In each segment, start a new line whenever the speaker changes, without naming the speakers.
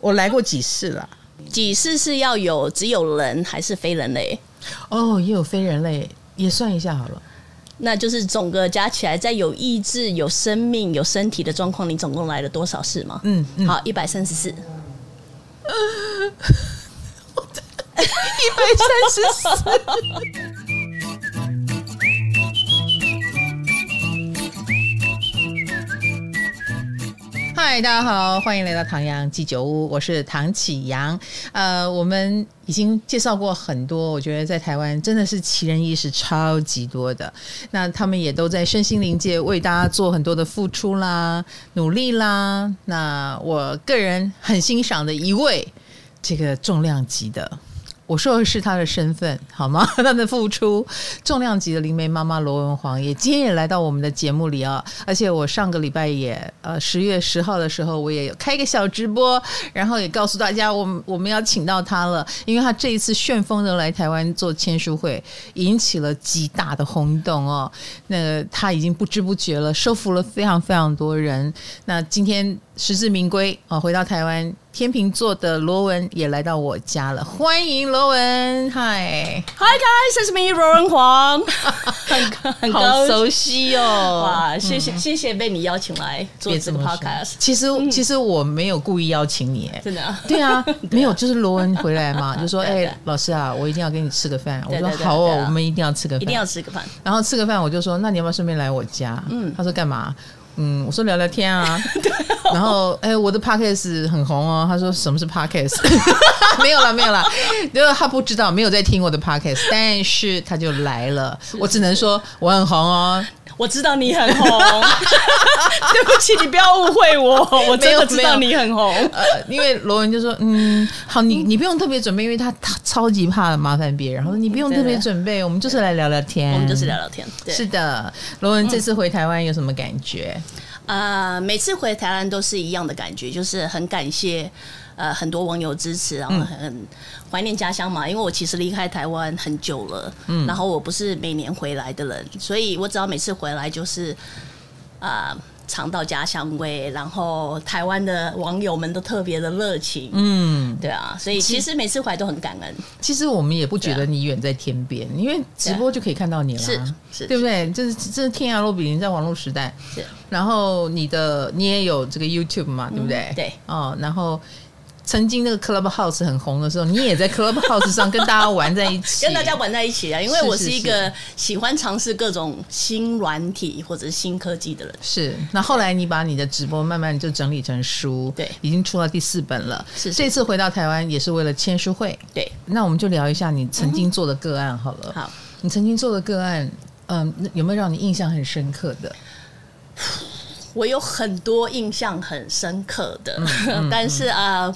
我来过几世了。
几世是要有只有人还是非人类？
哦，也有非人类，也算一下好了。
那就是总个加起来，在有意志、有生命、有身体的状况，你总共来了多少世吗？
嗯嗯，
好，一百三十四。
一百三十四。嗨，大家好，欢迎来到唐阳鸡酒屋，我是唐启阳。呃，我们已经介绍过很多，我觉得在台湾真的是奇人异事超级多的。那他们也都在身心灵界为大家做很多的付出啦、努力啦。那我个人很欣赏的一位，这个重量级的，我说的是他的身份，好吗？ 他的付出，重量级的灵媒妈妈罗文黄也今天也来到我们的节目里啊、而且我上个礼拜也呃十月十号的时候，我也有开一个小直播，然后也告诉大家我们我们要请到他了，因为他这一次旋风的来台湾做签书会，引起了极大的轰动哦。那他已经不知不觉了，收服了非常非常多人。那今天实至名归啊、哦回到台湾，天秤座的罗文也来到我家了，欢迎罗文，嗨，
Hi guys, it's me, 罗文黄，很很
好
高兴
熟悉哦。
哇！谢谢、谢谢被你邀请来做
别
这
这
个
么说
podcast，
其实、其实我没有故意邀请你，哎
真的嗯啊、
对 啊，没有，就是罗文回来嘛，就说
对
哎、
对
老师啊，我一定要跟你吃个饭。我
对
说
对对
好
对
哦，
啊
我们一定要吃个
一定
饭。
要吃个饭。
然后吃个饭，我就说那你要不要顺便来我家？嗯，他说干嘛？嗯，我说聊聊天 啊。然后哎、我的 podcast 很红哦。他说什么是 podcast？没 有啦，没有啦，就是他不知道，没有在听我的 podcast，但是他就来了。我只能说我很红哦，
我知道你很红， 对不起，你不要误会我，我真的知道你很红。
呃，因为罗文就说，嗯，好，你你不用特别准备，因为他他超级怕麻烦别人，然后说你不用特别准备，我们就是来聊聊天，
嗯我们就是聊。聊天，对，嗯
是的，罗文这次回台湾有什么感觉？
呃，每次回台湾都是一样的感觉，就是很感谢呃很多网友支持，然后很怀念家乡嘛。因为我其实离开台湾很久了，然后我不是每年回来的人，所以我只要每次回来就是啊。呃尝到家乡味，然后台湾的网友们都特别的热情，
嗯，
对啊，所以其实每次回来都很感恩，
其实我们也不觉
对啊
得你远在天边，因为直播就可以看到你了，
是是
对不对？这是这是天涯若比邻，在网络时代。
是嗯
然后你的你也有这个 YouTube 嘛，对不对？
对。
哦，然后曾经那个 Clubhouse 很红的时候，你也在 Clubhouse 上跟大家玩在一起，
跟大家玩在一起啊。因为
是
我
是
是一个喜欢尝试各种新软体或者是新科技的人，
是，那后来你把你的直播慢慢就整理成书，
对
已经出到第四本了。
是是
这次回到台湾也是为了签书会，
对，
那我们就聊一下你曾经做的个案好了。
嗯好。
你曾经做的个案，嗯，有没有让你印象很深刻的？
我有很多印象很深刻的，
嗯
但是啊、呃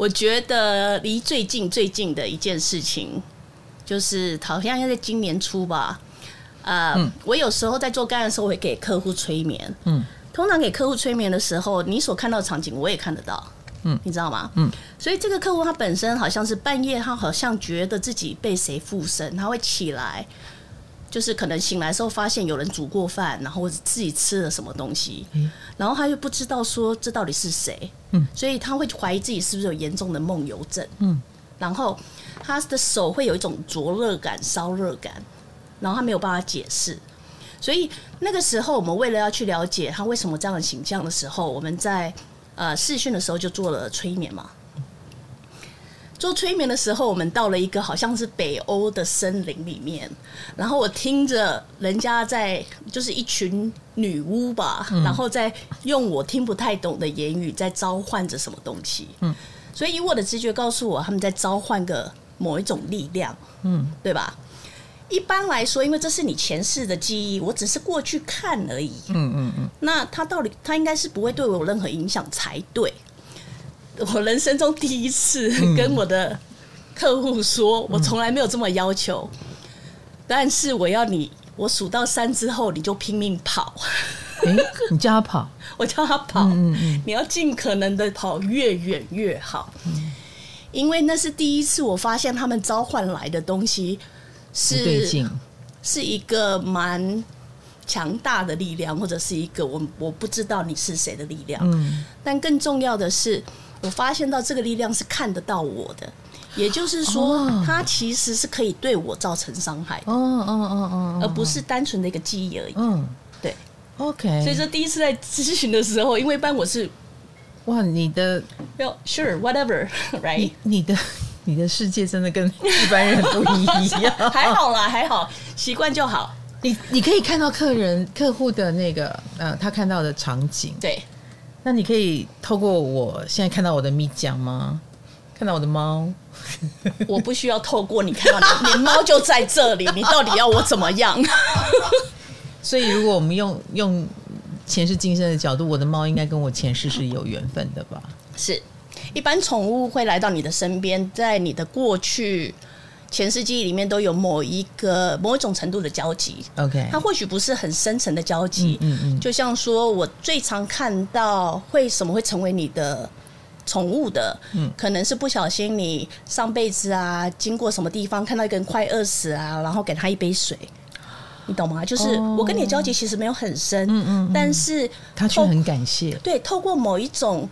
我觉得离最近最近的一件事情，就是好像要在今年初吧。啊、我有时候在做个案的时候，我会给客户催眠。
嗯，
通常给客户催眠的时候，你所看到的场景，我也看得到。嗯，你知道吗？
嗯，
所以这个客户他本身好像是半夜，他好像觉得自己被谁附身，他会起来，就是可能醒来的时候发现有人煮过饭，然后自己吃了什么东西，然后他又不知道说这到底是谁，
嗯
所以他会怀疑自己是不是有严重的梦游症，
嗯
然后他的手会有一种灼热感、烧热感，然后他没有办法解释。所以那个时候，我们为了要去了解他为什么这样的形象的时候，我们在呃试训的时候就做了催眠嘛。做催眠的时候，我们到了一个好像是北欧的森林里面，然后我听着人家在就是一群女巫吧，然后在用我听不太懂的言语在召唤着什么东西。所以以我的直觉告诉我，他们在召唤个某一种力量，
嗯，
对吧？一般来说，因为这是你前世的记忆，我只是过去看而已。
嗯嗯嗯，
那他到底他应该是不会对我有任何影响才对。我人生中第一次跟我的客户说，我从来没有这么要求，但是我要你，我数到三之后你就拼命跑，
哎、你叫他跑，
我叫他跑，
嗯嗯
你要尽可能的跑越远越好，因为那是第一次我发现他们召唤来的东西
不对
是
劲，
是一个蛮强大的力量，或者是一个我我不知道你是谁的力量。
嗯
但更重要的是，我发现到这个力量是看得到我的，也就是说
哦，
它其实是可以对我造成伤害的，
哦哦哦哦，
而呃不是单纯的一个记忆而已。
嗯
对，
，OK，
所以这第一次在咨询的时候，因为一般我是
哇，你的
要 sure whatever right，
你你的你的世界真的跟一般人不一样，
还好啦，还好，习惯就好。
你你可以看到客人客户的那个呃他看到的场景，
对，
那你可以透过我现在看到我的蜜酱吗？看到我的猫？
我不需要透过你看到你，你猫就在这里，你到底要我怎么样？
所以如果我们用用前世今生的角度，我的猫应该跟我前世是有缘分的吧？
是，一般宠物会来到你的身边，在你的过去前世记忆里面都有某一个某一种程度的交集。
OK，
它或许不是很深层的交集，
哎嗯嗯嗯
就像说我最常看到会什么会成为你的宠物的，
嗯
可能是不小心你上辈子啊，经过什么地方看到一个人快饿死啊，然后给他一杯水，你懂吗？就是
哦
我跟你的交集其实没有很深，
嗯嗯嗯
但是
他却
透
很感谢。
对，透过某一种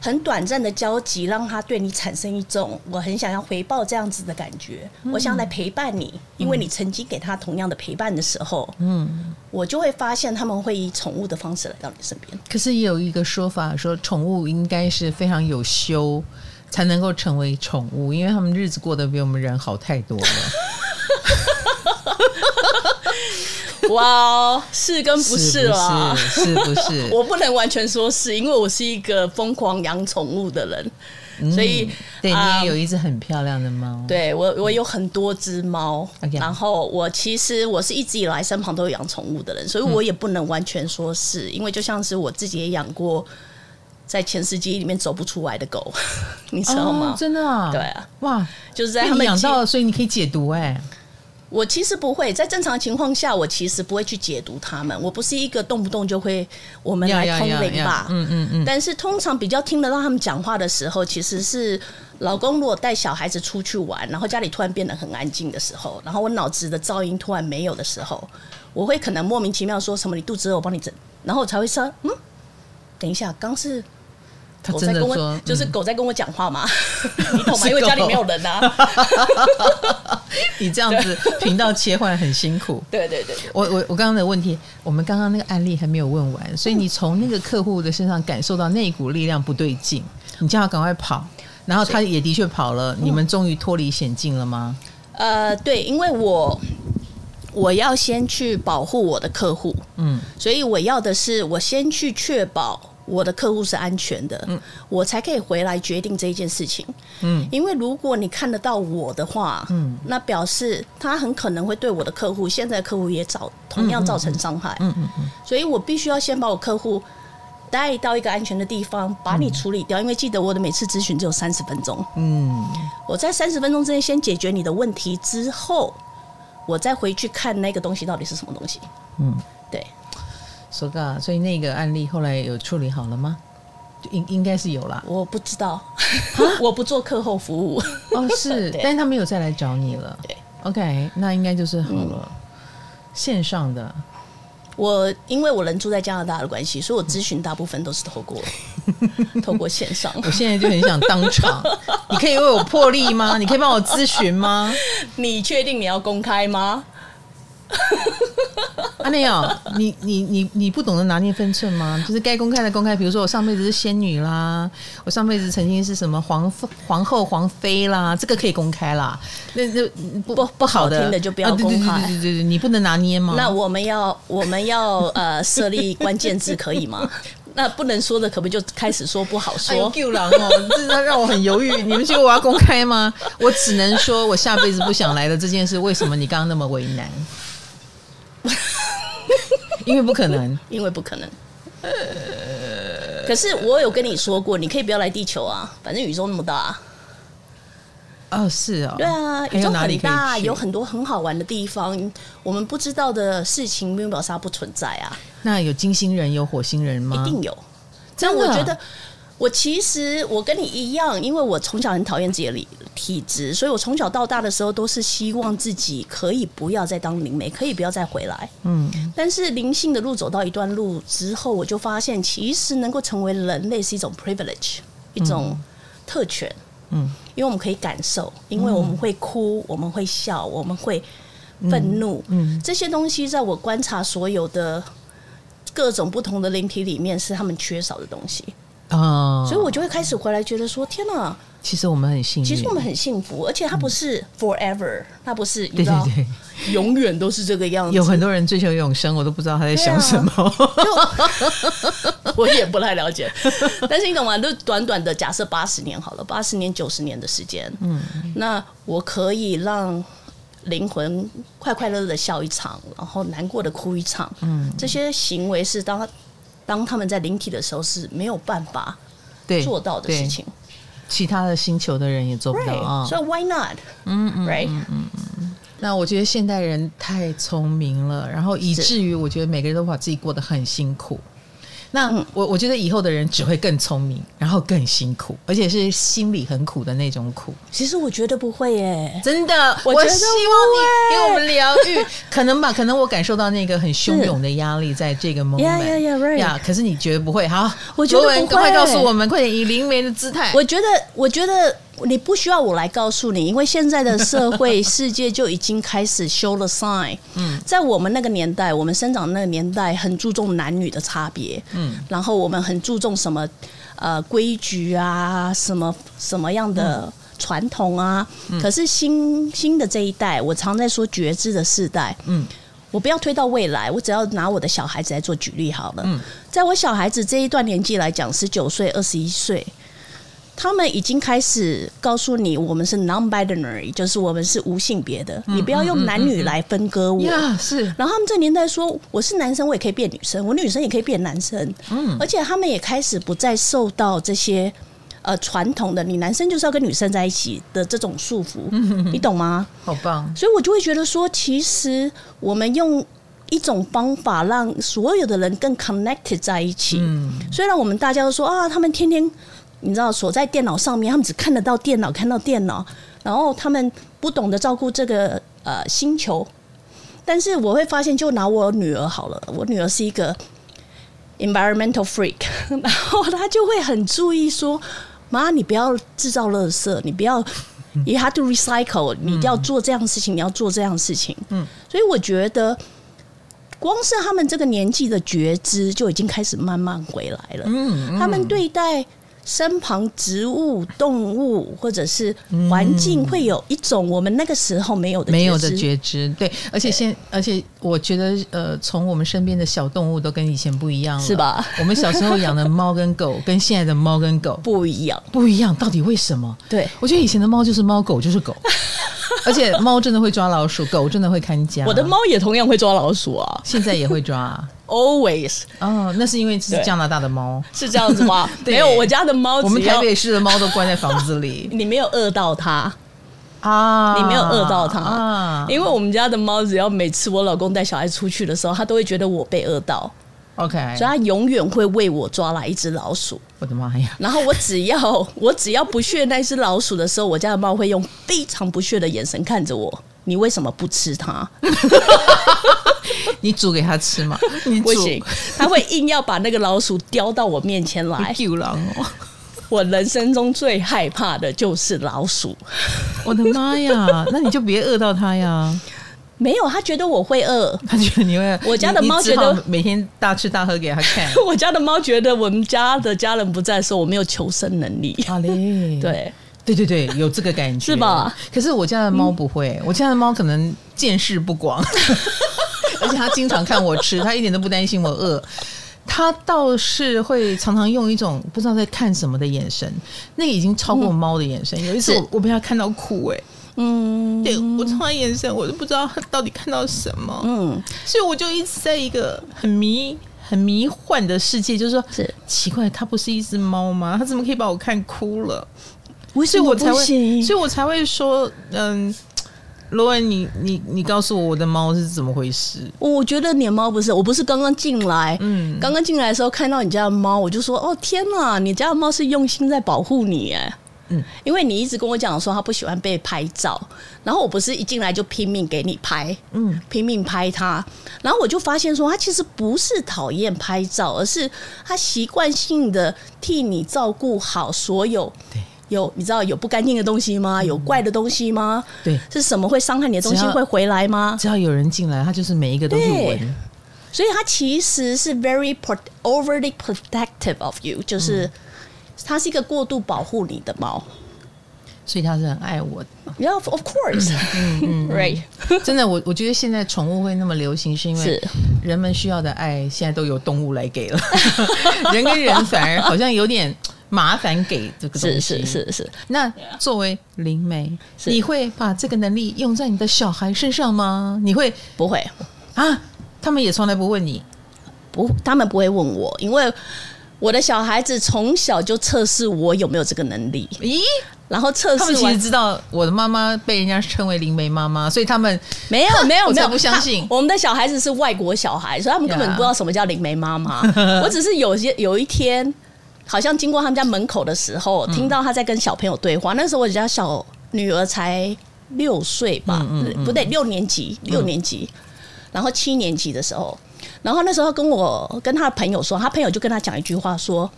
很短暂的交集，让他对你产生一种我很想要回报这样子的感觉，我想来陪伴你，因为你曾经给他同样的陪伴的时候，
嗯，
我就会发现他们会以宠物的方式来到你身边。
可是也有一个说法说，宠物应该是非常有修才能够成为宠物，因为他们日子过得比我们人好太多了。
哇，哦是跟不
是
是啦？
是是不是？
我不能完全说是因为我是一个疯狂养宠物的人，所以、
对你
啊
也有一只很漂亮的猫。
对我，我有很多只猫
OK
然后我其实我是一直以来身旁都有养宠物的人，所以
嗯
我也不能完全说是、因为就像是我自己也养过在前世记忆里面走不出来的狗， 你知道吗？
哦真的、啊，
对啊，
哇，
就是在
被
他
你
们
养
记
到了，所以你可以解读哎、
我其实不会，在正常情况下，我其实不会去解读他们。我不是一个动不动就会我们来通灵吧，
嗯嗯嗯，
但是通常比较听得到他们讲话的时候，其实是老公如果带小孩子出去玩，然后家里突然变得很安静的时候，然后我脑子的噪音突然没有的时候，我会可能莫名其妙说什么“你肚子饿，我帮你整”，然后我才会说“嗯，等一下，刚是
他
狗
真
在
的嗯
跟我，
说，
就是狗在跟我讲话 嘛，你懂吗？
是
因为家里
狗
没有人啊。
你这样子频道切换很辛苦。
对对对对，
我我我刚刚的问题，我们刚刚那个案例还没有问完，所以你从那个客户的身上感受到那一股力量不对劲，你叫他赶快跑，然后他也的确跑了，你们终于脱离险境了吗？
呃，对，因为我我要先去保护我的客户，
嗯，
所以我要的是，我先去确保我的客户是安全的，我才可以回来决定这一件事情。
嗯，
因为如果你看得到我的话，嗯，那表示他很可能会对我的客户，现在的客户也造同样造成伤害。嗯嗯所以我必须要先把我客户。带到一个安全的地方，把你处理掉。因为记得我的每次咨询只有三十分钟，
嗯，
我在三十分钟之内先解决你的问题之后，我再回去看那个东西到底是什么东西。
嗯，
对，，
所以所以那个案例后来有处理好了吗？应应该是有啦
我不知道， 我不做课后服务。
哦是，
对
但是他没有再来找你了。
对
，OK，那应该就是好了，线上的。
我因为我人住在加拿大的关系，所以我咨询大部分都是透 过透过线上。
我现在就很想当场，你可以为我破例吗？你可以帮我咨询吗？
你确定你要公开吗？
阿内哦，你你你你不懂得拿捏分寸吗？就是该公开的公开，比如说我上辈子是仙女啦，我上辈子曾经是什么皇妃皇后、皇妃啦，这个可以公开啦。那那不不不好的
好听的就不要
啊对对
公开
对对对对，你不能拿捏吗？
那我们要我们要呃设立关键字可以吗？ 那不能说的，可不可以就开始说不好
哎呦
说？
救狼哦，真的让我很犹豫。你们觉得我要公开吗？ 我只能说我下辈子不想来的这件事，为什么你刚刚那么为 难？因为不可能。
因为不可能。可是我有跟你说过，你可以不要来地球啊，反正宇宙那么大、
哦，是哦，
对啊，
还
宇宙
有哪
很
里可以
大，
去
有很多很好玩的地方，我们不知道的事情，没有表示它不存在啊，
那有金星人，有火星人吗？
一定有。
真的啊
我觉得，我其实我跟你一样，因为我从小很讨厌自己的理体质，所以我从小到大的时候都是希望自己可以不要再当灵媒，可以不要再回来。
嗯，
但是灵性的路走到一段路之后，我就发现，其实能够成为人类是一种 privilege。一种特权，
嗯，
因为我们可以感受，因为我们会哭，我们会笑，我们会愤怒，
嗯
这些东西在我观察所有的各种不同的灵体里面，是他们缺少的东西，
哦，
所以我就会开始回来觉得说，天哪、
其实我们很幸运，
其实我们很幸福，而且它不是 forever，它不是你
对
知道
嗯对对，
永远都是这个样子，
有很多人追求永生，我都不知道他在想什么。
我也不太了解，但是你懂吗？就短短的假设八十年好了，八十年九十年的时间，嗯，那我可以让灵魂快快乐乐的笑一场，然后难过的哭一场，嗯，这些行为是当当他们在灵体的时候是没有办法
对，
啊做到的事
对，
情
其他的星球的人也做不到啊
，right？。所以 why not？嗯嗯，right？
那我觉得现代人太聪明了，然后以
是
至于我觉得每个人都把自己过得很辛苦。那
嗯
我我觉得以后的人只会更聪明，然后更辛苦，而且是心里很苦的那种苦。
其实我觉得不会耶，
真的，
我
我
觉得
希
不会
望你给我们疗愈， 可能吧，可能我感受到那个很汹涌的压力在这个 moment。
yeah, yeah, right
呀可是你觉得不会？好，
我觉得
罗文
不会
快告诉我们，快点以灵媒的姿态。
我觉得，我觉得你不需要我来告诉你，因为现在的社会世界就已经开始 show the sign。嗯，在我们那个年代，我们生长那个年代，很注重男女的差别。嗯，然后我们很注重什么呃规矩啊，什么什么样的传统啊。可是新新的这一代，我常在说觉知的世代。
嗯
嗯。我不要推到未来，我只要拿我的小孩子来做举例好了。在我小孩子这一段年纪来讲，十九岁、二十一岁，他们已经开始告诉你，我们是 non-binary，就是我们是无性别的，你不要用男女来分割我。
呀，是
然后他们这年代说，我是男生，我也可以变女生，我女生也可以变男生。嗯，而且他们也开始不再受到这些呃传统的你男生就是要跟女生在一起的这种束缚，你懂吗？
好棒，
所以我就会觉得说，其实我们用一种方法让所有的人更 connected 在一起。
嗯
虽然我们大家都说啊，他们天天你知道锁在电脑上面，他们只看得到电脑，看到电脑，然后他们不懂得照顾这个呃星球。但是我会发现，就拿我女儿好了，我女儿是一个 environmental freak，然 后她就会很注意说：“妈，你不要制造垃圾，你不要 you have to recycle，你要做这样的事情，你要做这样的事情。”嗯，所以我觉得，光是他们这个年纪的觉知就已经开始慢慢回来了。
嗯，
他们对待身旁植物、动物或者是环境，会有一种我们那个时候没有的
没有的
知
觉知，对，而且现而且我觉得呃，从我们身边的小动物都跟以前不一样了，
是？吧？
我们小时候养的猫跟狗跟现在的猫跟 狗
不一样，
不一样，到底为什么？
对。
我觉得以前的猫就是猫，狗就是 狗，而且猫真的会抓老鼠，狗真的会看家。
我的猫也同样会抓老鼠啊
现在也会抓 啊、
，always
哦，那是因为这是
对
加拿大的猫，
是这样子吗？
对
没有，我家的猫
我们
只
台
要
北市的猫都关在房子里
你没有饿到它，
啊，
你没有饿到它
啊
因为我们家的猫只要每次我老公带小孩出去的时候，它都会觉得我被饿到，
？OK，
所以它永远会为我抓来一只老鼠。
我的妈呀！
然后我只要 我只要不屑那只老鼠的时候，我家的猫会用非常不屑的眼神看着我。你为什么不吃它？
你煮给它吃 嘛？你
不
煮
行，它会硬要把那个老鼠叼到我面前
你
来。
丢狼哦！
我人生中最害怕的就是老鼠。
我的妈 呀！那你就别饿到它呀，
没有，它觉得我会饿。
它觉得你会。
我家的
你
猫
你只好
觉得
每天大吃大喝给它 看。
我家的猫觉得我们家的家人不在的时候，我没有求生能力。
好嘞，。
对，
对对对，有这个感觉
啊是吧？嗯
可是我家的猫不会，我家的猫可能见识不广， 而且它经常看我吃，它一点都不担心我饿。它倒是会常常用一种不知道在看什么的眼神，那个已经超过猫的眼神。有一次
嗯是
我我被它看到哭、欸，
嗯
对我从它眼神我都不知道它到底看到什么，
嗯，
所以我就一直在一个很迷。很迷幻的世界，就是说，
是
奇怪，它不是一只猫吗？它怎么可以把我看哭了？
为
所以我才
不
会，
行？
所以我才会说，嗯，罗文，你你你告诉我我的猫是怎么回事？
我觉得你的猫不是，我不是刚刚进来，
嗯
刚刚进来的时候看到你家的猫，我就说哦天哪，你家的猫是用心在保护你哎，嗯，因为你一直跟我讲说他不喜欢被拍照，然后我不是一进来就拼命给你拍，嗯，拼命拍他，然后我就发现说他其实不是讨厌拍照，而是他习惯性的替你照顾好所有。
对
有你知道有不干净的东西吗？有怪的东西吗？
对
是什么会伤害你的东西
只要
会回来吗？
只要有人进来，他就是每一个都去
对
闻。
所以他其实是 very pro- overly protective of you，就是它是一个过度保护你的猫。
所以他是很爱我的。
然后 of course，right，
真的，我我觉得现在宠物会那么流行，是因为
是
人们需要的爱现在都由动物来给了， 人跟人反而好像有点麻烦给这个东西。
是是。是是，
那作为灵媒，
啊是
你会把这个能力用在你的小孩身上吗？你会
不会
啊？他们也从来不问你，
不，他们不会问我，因为我的小孩子从小就测试我有没有这个能力，
咦？
然后测
他们
试
其实
完
知道我的妈妈被人家称为灵媒妈妈，所以他们
没有没有
我
没
才
有，
不相信
他我们的小孩子是外国小孩，所以他们根本
Yeah
不知道什么叫灵媒妈妈。我只是有些有一天，好像经过他们家门口的时候，听到他在跟小朋友对话。那时候我家小女儿才六岁吧，不对，六年级，六年级，然后七年级的时候，然后那时候跟我跟他的朋友说，他朋友就跟他讲一句话说。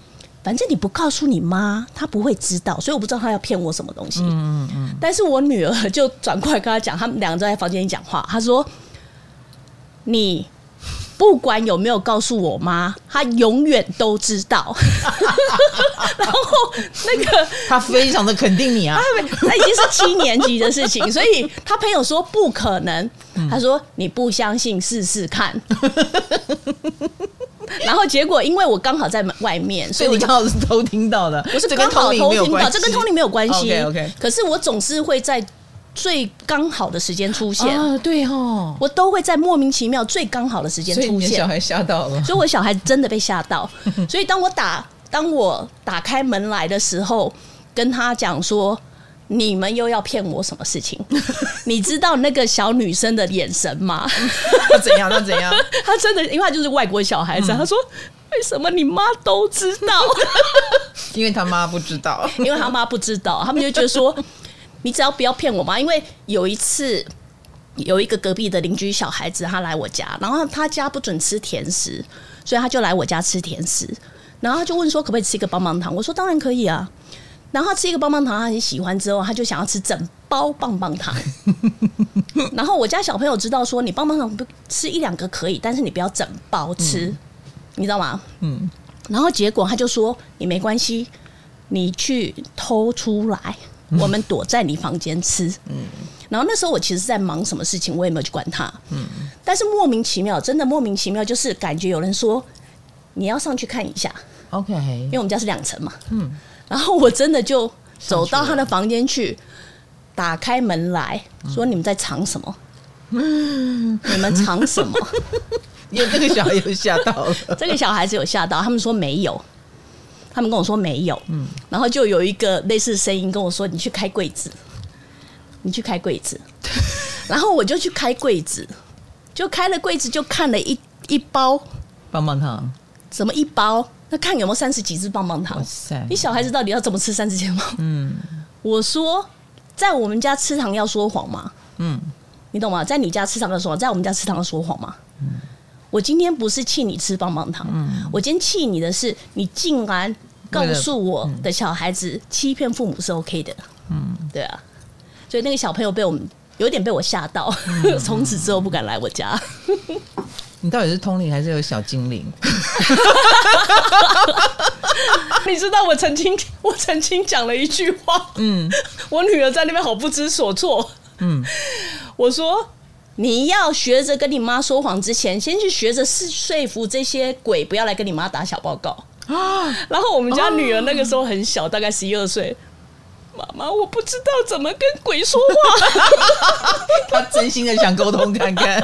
反正你不告诉你妈，她不会知道，所以我不知道她要骗我什么东西。但是我女儿就转过来跟他讲，他们两个在房间里讲话，她说：“你不管有没有告诉我妈，她永远都知道。” 然后那个
他非常的肯定 你啊，
那已经是七年级的事情，所以他朋友说不可能，他说你不相信试试看。 然后结果，因为我刚好在外面，
所
所以
以
我
你
就
刚好是偷听到的，
不是
这
刚
跟
好
灵
偷
没有
听
关
到，
系，
这跟通灵没有关系。
OK，OK
可是我总是会在最刚好的时间出现，
啊，对哦，
我都会在莫名其妙最刚好的时间
所以
出
你的小
现。
孩吓到 了，
所以我小孩真的被吓到。所以当我打当我打开门来的时候，跟他讲说。你们又要骗我什么事情？你知道那个小女生的眼神吗？
那怎样？那怎样？
他真的，因为他就是外国小孩子，他说：“为什么你妈都知道？”
因为他妈不知道，
因为他妈不知道，他们就觉得说，你只要不要骗我妈。因为有一次，有一个隔壁的邻居小孩子，他来我家，然后他家不准吃甜食，所以他就来我家吃甜食。然后他就问说，可不可以吃一个棒棒糖？我说当然可以啊。然后他吃一个棒棒糖，他很喜欢之后，他就想要吃整包棒棒糖。然后我家小朋友知道说，你棒棒糖不吃一两个可以，但是你不要整包吃，你知道吗？嗯。然后结果他就说，你没关系，你去偷出来，我们躲在你房间吃。嗯，然后那时候我其实在忙什么事情，我也没有去管他。嗯，但是莫名其妙，真的莫名其妙，就是感觉有人说你要上去看一下，
OK，
因为我们家是两层嘛。嗯，然后我真的就走到他的房间去，打开门来说你们在藏什 么？你们藏什么？
因为那个小孩又吓到 了。
这个小孩子有吓到，他们说没有，他们跟我说没有，嗯，然后就有一个类似声音跟我说：“你去开柜子，你去开柜 子。”然后我就去开柜子，就开了柜子，就看了一一包，
棒棒糖，
怎么一包？那看有没有三十几支棒棒糖
哇？塞
你小孩子到底要怎么吃三十几棒？嗯，我说在我们家吃糖要说谎吗？
嗯，
你懂吗？在你家吃糖的说谎，在我们家吃糖的说谎吗？我今天不是气你吃棒棒糖，我今天气你的是你竟然告诉我的小孩子欺骗父母是 OK 的，嗯，对啊，所以那个小朋友被我们有点被我吓到， 从此之后不敢来我家。
你到底是通灵还是有小精灵？
你知道我曾经我曾经讲了一句话，嗯， 我女儿在那边好不知所措，嗯， 我说你要学着跟你妈说谎之前，先去学着是说服这些鬼不要来跟你妈打小报告 然后我们家女儿那个时候很小，大概十一二岁。妈妈，我不知道怎么跟鬼说 话。
他真心的想沟通看 看，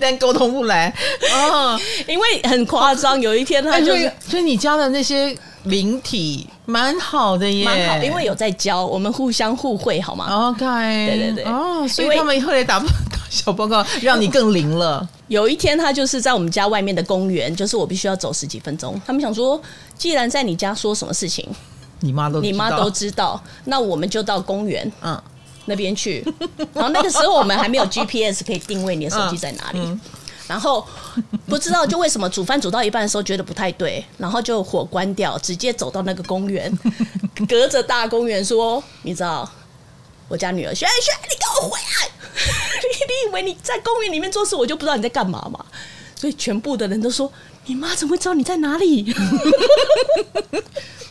但沟通不来哦。
因为很夸张。有一天，她
哎，
就
所
是
以所以你家的那些灵体蛮好的耶，
蛮好，因为有在教我们互相互惠，好吗？
OK，对
对对
哦，所
因
以
为
他们后来打打小报告，让你更灵了。
有一天，他就是在我们家外面的公园，就是我必须要走十几分钟。他们想说，既然在你家说什么事情，
你妈都
你妈都
知
知道，那我们就到公园
道嗯
那边去。然后那个时候我们还没有 GPS 可以定位你的手机在哪里，然后不知道就为什么煮饭煮到一半的时候觉得不太对，然后就火关掉，直接走到那个公园，隔着大公园说：“你知道，我家女儿轩轩，你给我回来！ 你你以为你在公园里面做事，我就不知道你在干嘛嘛？所以全部的人都说。”你妈怎么会知道你在哪里？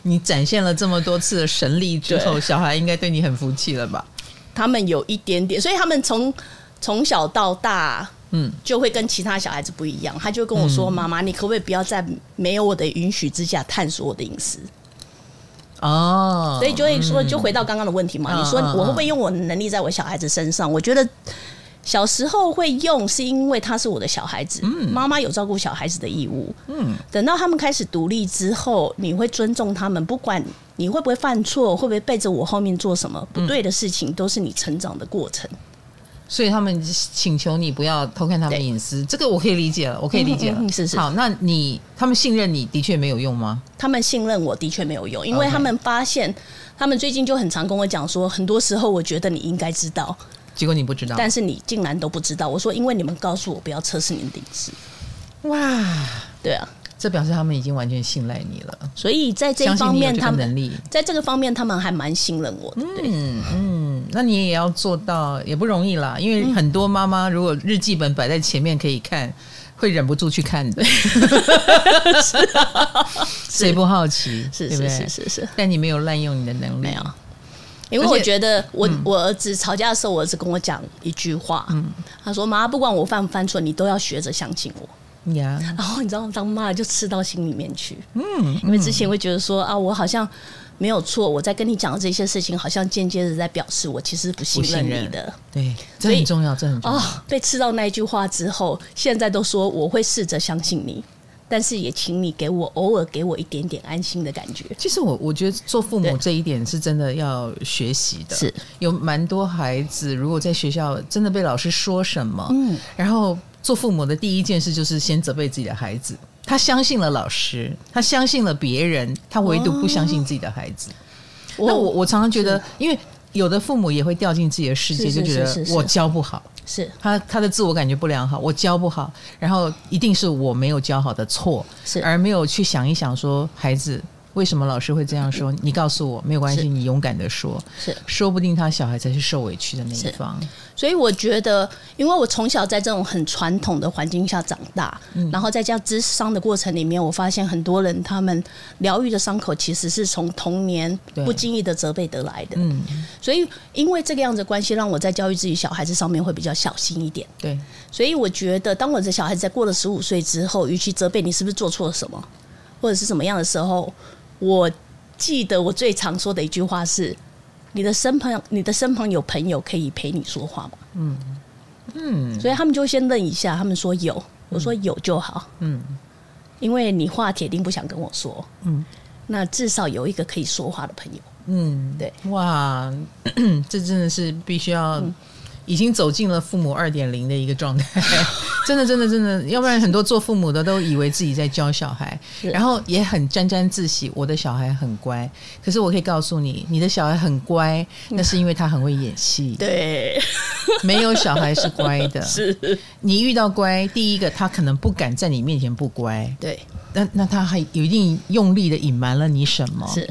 你展现了这么多次的神力之后，
对
小孩应该对你很服气了吧？
他们有一点点，所以他们从从小到大
嗯，
就会跟其他小孩子不一样，他就跟我说：“妈妈、你可不可以不要在没有我的允许之下探索我的隐私
哦？”，
所以就会说，就回到刚刚的问题嘛，
嗯
你说
嗯嗯
我会不会用我的能力在我小孩子身上？我觉得小时候会用，是因为他是我的小孩子，妈妈有照顾小孩子的义务。
嗯，
等到他们开始独立之后，你会尊重他们，不管你会不会犯错，会不会背着我后面做什么
嗯
不对的事情，都是你成长的过程。
所以他们请求你不要偷看他们的
对
隐私，这个我可以理解了，我可以理解了。
嗯嗯嗯是是
好，那你他们信任你的确没有用吗？
他们信任我的确没有用，因为
OK
他们发现，他们最近就很常跟我讲说，很多时候我觉得你应该知道，
结果你不知道，
但是你竟然都不知道。我说，因为你们告诉我不要测试你的隐私，
哇，
对啊，
这表示他们已经完全信赖你了，
所以在这一
相信
方
你有
面，
这
他
个
们
能力。
在这个方面他们还蛮信任我的。对，
嗯嗯，那你也要做到，也不容易啦。因为很多妈妈如果日记本摆在前面可以看，会忍不住去看 的。谁不好奇？
是
对不
是
对嗯
是是是，
但你没有滥用你的能力，
没有。因为
而且
我觉得我，我、
嗯
儿子吵架的时候，我儿子跟我讲一句话，他说：“妈，不管我犯不犯错，你都要学着相信我。”
呀
然后你知道，当妈的就吃到心里面去。嗯，因为之前会觉得说啊，我好像没有错，我在跟你讲的这些事情，好像间接的在表示我其实不信任你
不信
的。
对，这
所以
很重要，这很重要。
哦，被吃到那一句话之后，现在都说我会试着相信你，但是也请你给我偶尔给我一点点安心的感觉。
其实我我觉得做父母
对
这一点是真的要学习的，
是
有蛮多孩子如果在学校真的被老师说什么，嗯，然后做父母的第一件事就是先责备自己的孩子，他相信了老师，他相信了别人，他唯独不相信自己的孩子。
哦
那我我常常觉得，因为有的父母也会掉进自己的世界，
是是
就觉
是是
得
是
我教不好，
是
他他的自我感觉不良好，我教不好，然后一定是我没有教好的错，
是
而没有去想一想说孩子为什么老师会这样说？你告诉我，没有关系，
是
你勇敢的说，
是，
说不定他小孩才是受委屈的那一方。
所以我觉得，因为我从小在这种很传统的环境下长大，
嗯
然后在这样咨商的过程里面，我发现很多人他们疗愈的伤口其实是从童年
对
不经意的责备得来的。
嗯，
所以因为这个样子的关系，让我在教育自己小孩子上面会比较小心一点。
对，
所以我觉得，当我的小孩子在过了十五岁之后，与其责备你是不是做错了什么，或者是怎么样的时候，我记得我最常说的一句话是：“你的身旁，你的身旁有朋友可以陪你说话吗？”嗯嗯，所以他们就先愣一下，他们说有，我说有就好，嗯，因为你话铁定不想跟我说，嗯，那至少有一个可以说话的朋友，
嗯，
对，嗯
哇，这真的是必须要。已经走进了父母二点零的一个状态， 真的，真的，真的，要不然很多做父母的都以为自己在教小孩，
是
然后也很沾沾自喜，我的小孩很乖。可是我可以告诉你，你的小孩很乖，那是因为他很会演戏，
嗯对，
没有小孩是乖 的。
是，
你遇到乖，第一个他可能不敢在你面前不乖，
对，
那那他还有一定用力的隐瞒了你什么？
是，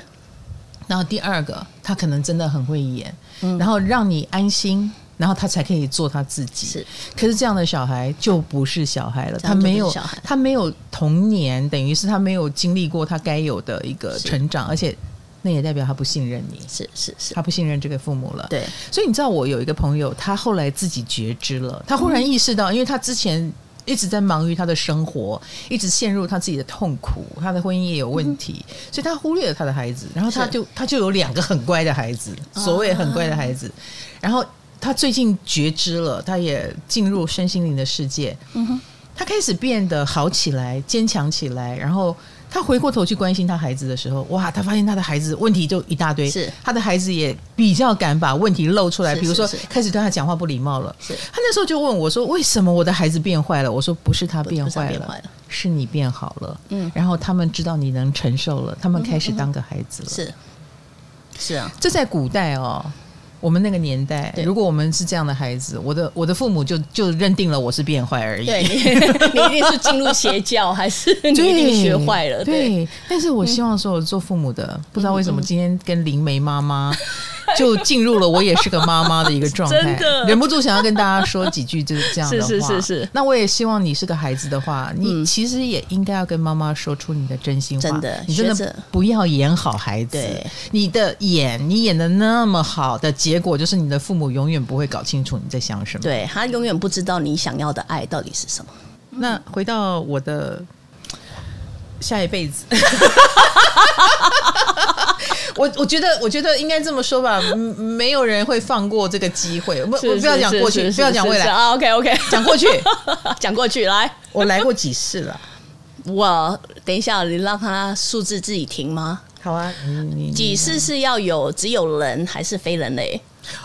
然后第二个，他可能真的很会演，
嗯
然后让你安心，然后他才可以做他自己。
是，
可是这样的小孩就不是小孩了，
这
他
样就不是
没有
小孩
他没有童年，等于是他没有经历过他该有的一个成长，而且那也代表他不信任你，
是，是，是，
他不信任这个父母了。
对，
所以你知道，我有一个朋友，他后来自己觉知了，他忽然意识到，因为他之前一直在忙于他的生活，一直陷入他自己的痛苦，他的婚姻也有问题，所以他忽略了他的孩子，然后他
是
就他就有两个很乖的孩子，所谓很乖的孩子，然后他最近觉知了，他也进入身心灵的世界，嗯
哼，
他开始变得好起来，坚强起来，然后。他回过头去关心他孩子的时候，哇，他发现他的孩子问题就一大堆，
是
他的孩子也比较敢把问题露出来，
是
比如说
是是
开始对他讲话不礼貌了。
是
他那时候就问我说：“为什么我的孩子变坏了？”我说：“不是他变
不是他
坏
变
了，
坏了
是你变好了。”
嗯
然后他们知道你能承受了，他们开始当个孩子了。
是，
是啊，
这在古代哦，我们那个年代，
对
如果我们是这样的孩子，我的我的父母就就认定了我是变坏而已。
对你， 你一定是进入邪教，还是 你
对，
一定学坏了？对，
对，但是我希望说，我做父母的，不知道为什么今天跟灵媒妈妈 就进入了我也是个妈妈的一个状态
嗯 真的，
忍不住想要跟大家说几句就是这样的话。
是是是是嗯
那我也希望你是个孩子的话，你其实也应该要跟妈妈说出你的真心话。
真的
你真
学
的
着
不要演好孩子
对。
你的演，你演的那么好的结果，就是你的父母永远不会搞清楚你在想什么。
对他永远不知道你想要的爱到底是什么。
那回到我的下一辈子， 我我觉得我觉得应该这么说吧，嗯没有人会放过这个机会。不，我不要讲过去，不要讲未来，
啊。OK OK，
讲过去，
讲过去来。
我来过几世了。
我等一下，你让他数字自己停吗？
好啊，你你你
几世是要有只有人还是非人类？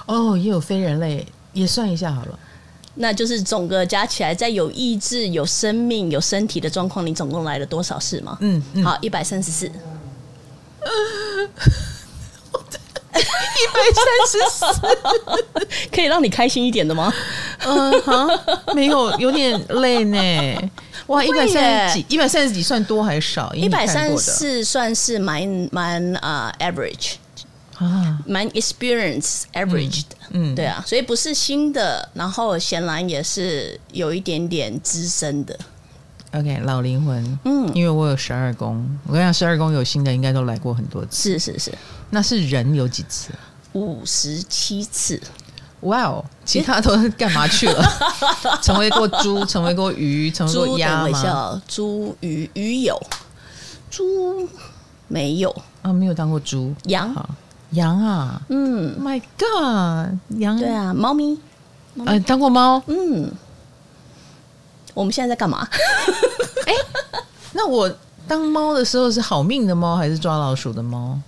哦，也有非人类，也算一下好了。
那就是总个加起来，在有意志、有生命、有身体的状况，你总共来了多少世吗？
嗯嗯
好，一百三十四。
一百三十四，
可以让你开心一点的吗？
嗯，好，没有，有点累呢。哇，一百三十几，一百三十几算多还是少？
一
一
百三四算是蛮蛮啊 average，
啊，
蛮 experience average 的，
嗯嗯
对啊，所以不是新的，然后显然也是有一点点资深的，
OK，老灵魂，
嗯
因为我有十二宫，我跟你讲，十二宫有新的应该都来过很多次。
是是是，
那是人有几次？
五十七次，
哇哦，其他都干嘛去 了？成为过猪，成为过鱼，成为
猪
过鸭
等一下
吗？
哦，猪鱼鱼有，猪没有，
啊，没有当过猪。
羊
好，羊啊、
嗯，
m y God，羊。
对啊，猫咪，
呃，当过猫。
嗯，我们现在在干嘛？
那我当猫的时候是好命的猫，还是抓老鼠的猫？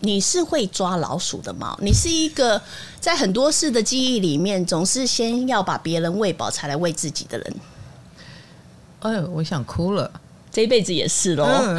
你是会抓老鼠的猫，你是一个在很多事的记忆里面，总是先要把别人喂饱，才来喂自己的人。
哎呦，我想哭了。
这一辈子也是喽。
嗯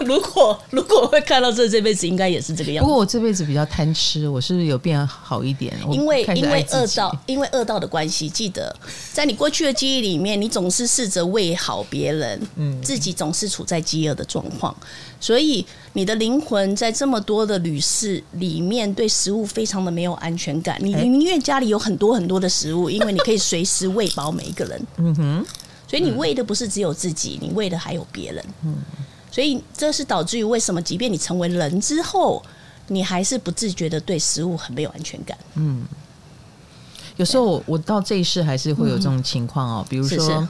如果如果会看到这，这辈子应该也是这个样
不
子。
过我这辈子比较贪吃，我是不是有变好一点？我
因为
开始
因
爱
为
自
饿
己
到因为饿到的关系，记得在你过去的记忆里面，你总是试着喂好别人，
嗯
自己总是处在饥饿的状况，所以你的灵魂在这么多的旅事里面，对食物非常的没有安全感。你
哎
宁愿家里有很多很多的食物，因为你可以随时喂饱每一个人。
嗯哼，
所以你为的不是只有自己，你为的还有别人。
嗯
所以这是导致于为什么，即便你成为人之后，你还是不自觉的对食物很没有安全感。
有时候我我到这一世还是会有这种情况哦，比如说
嗯是是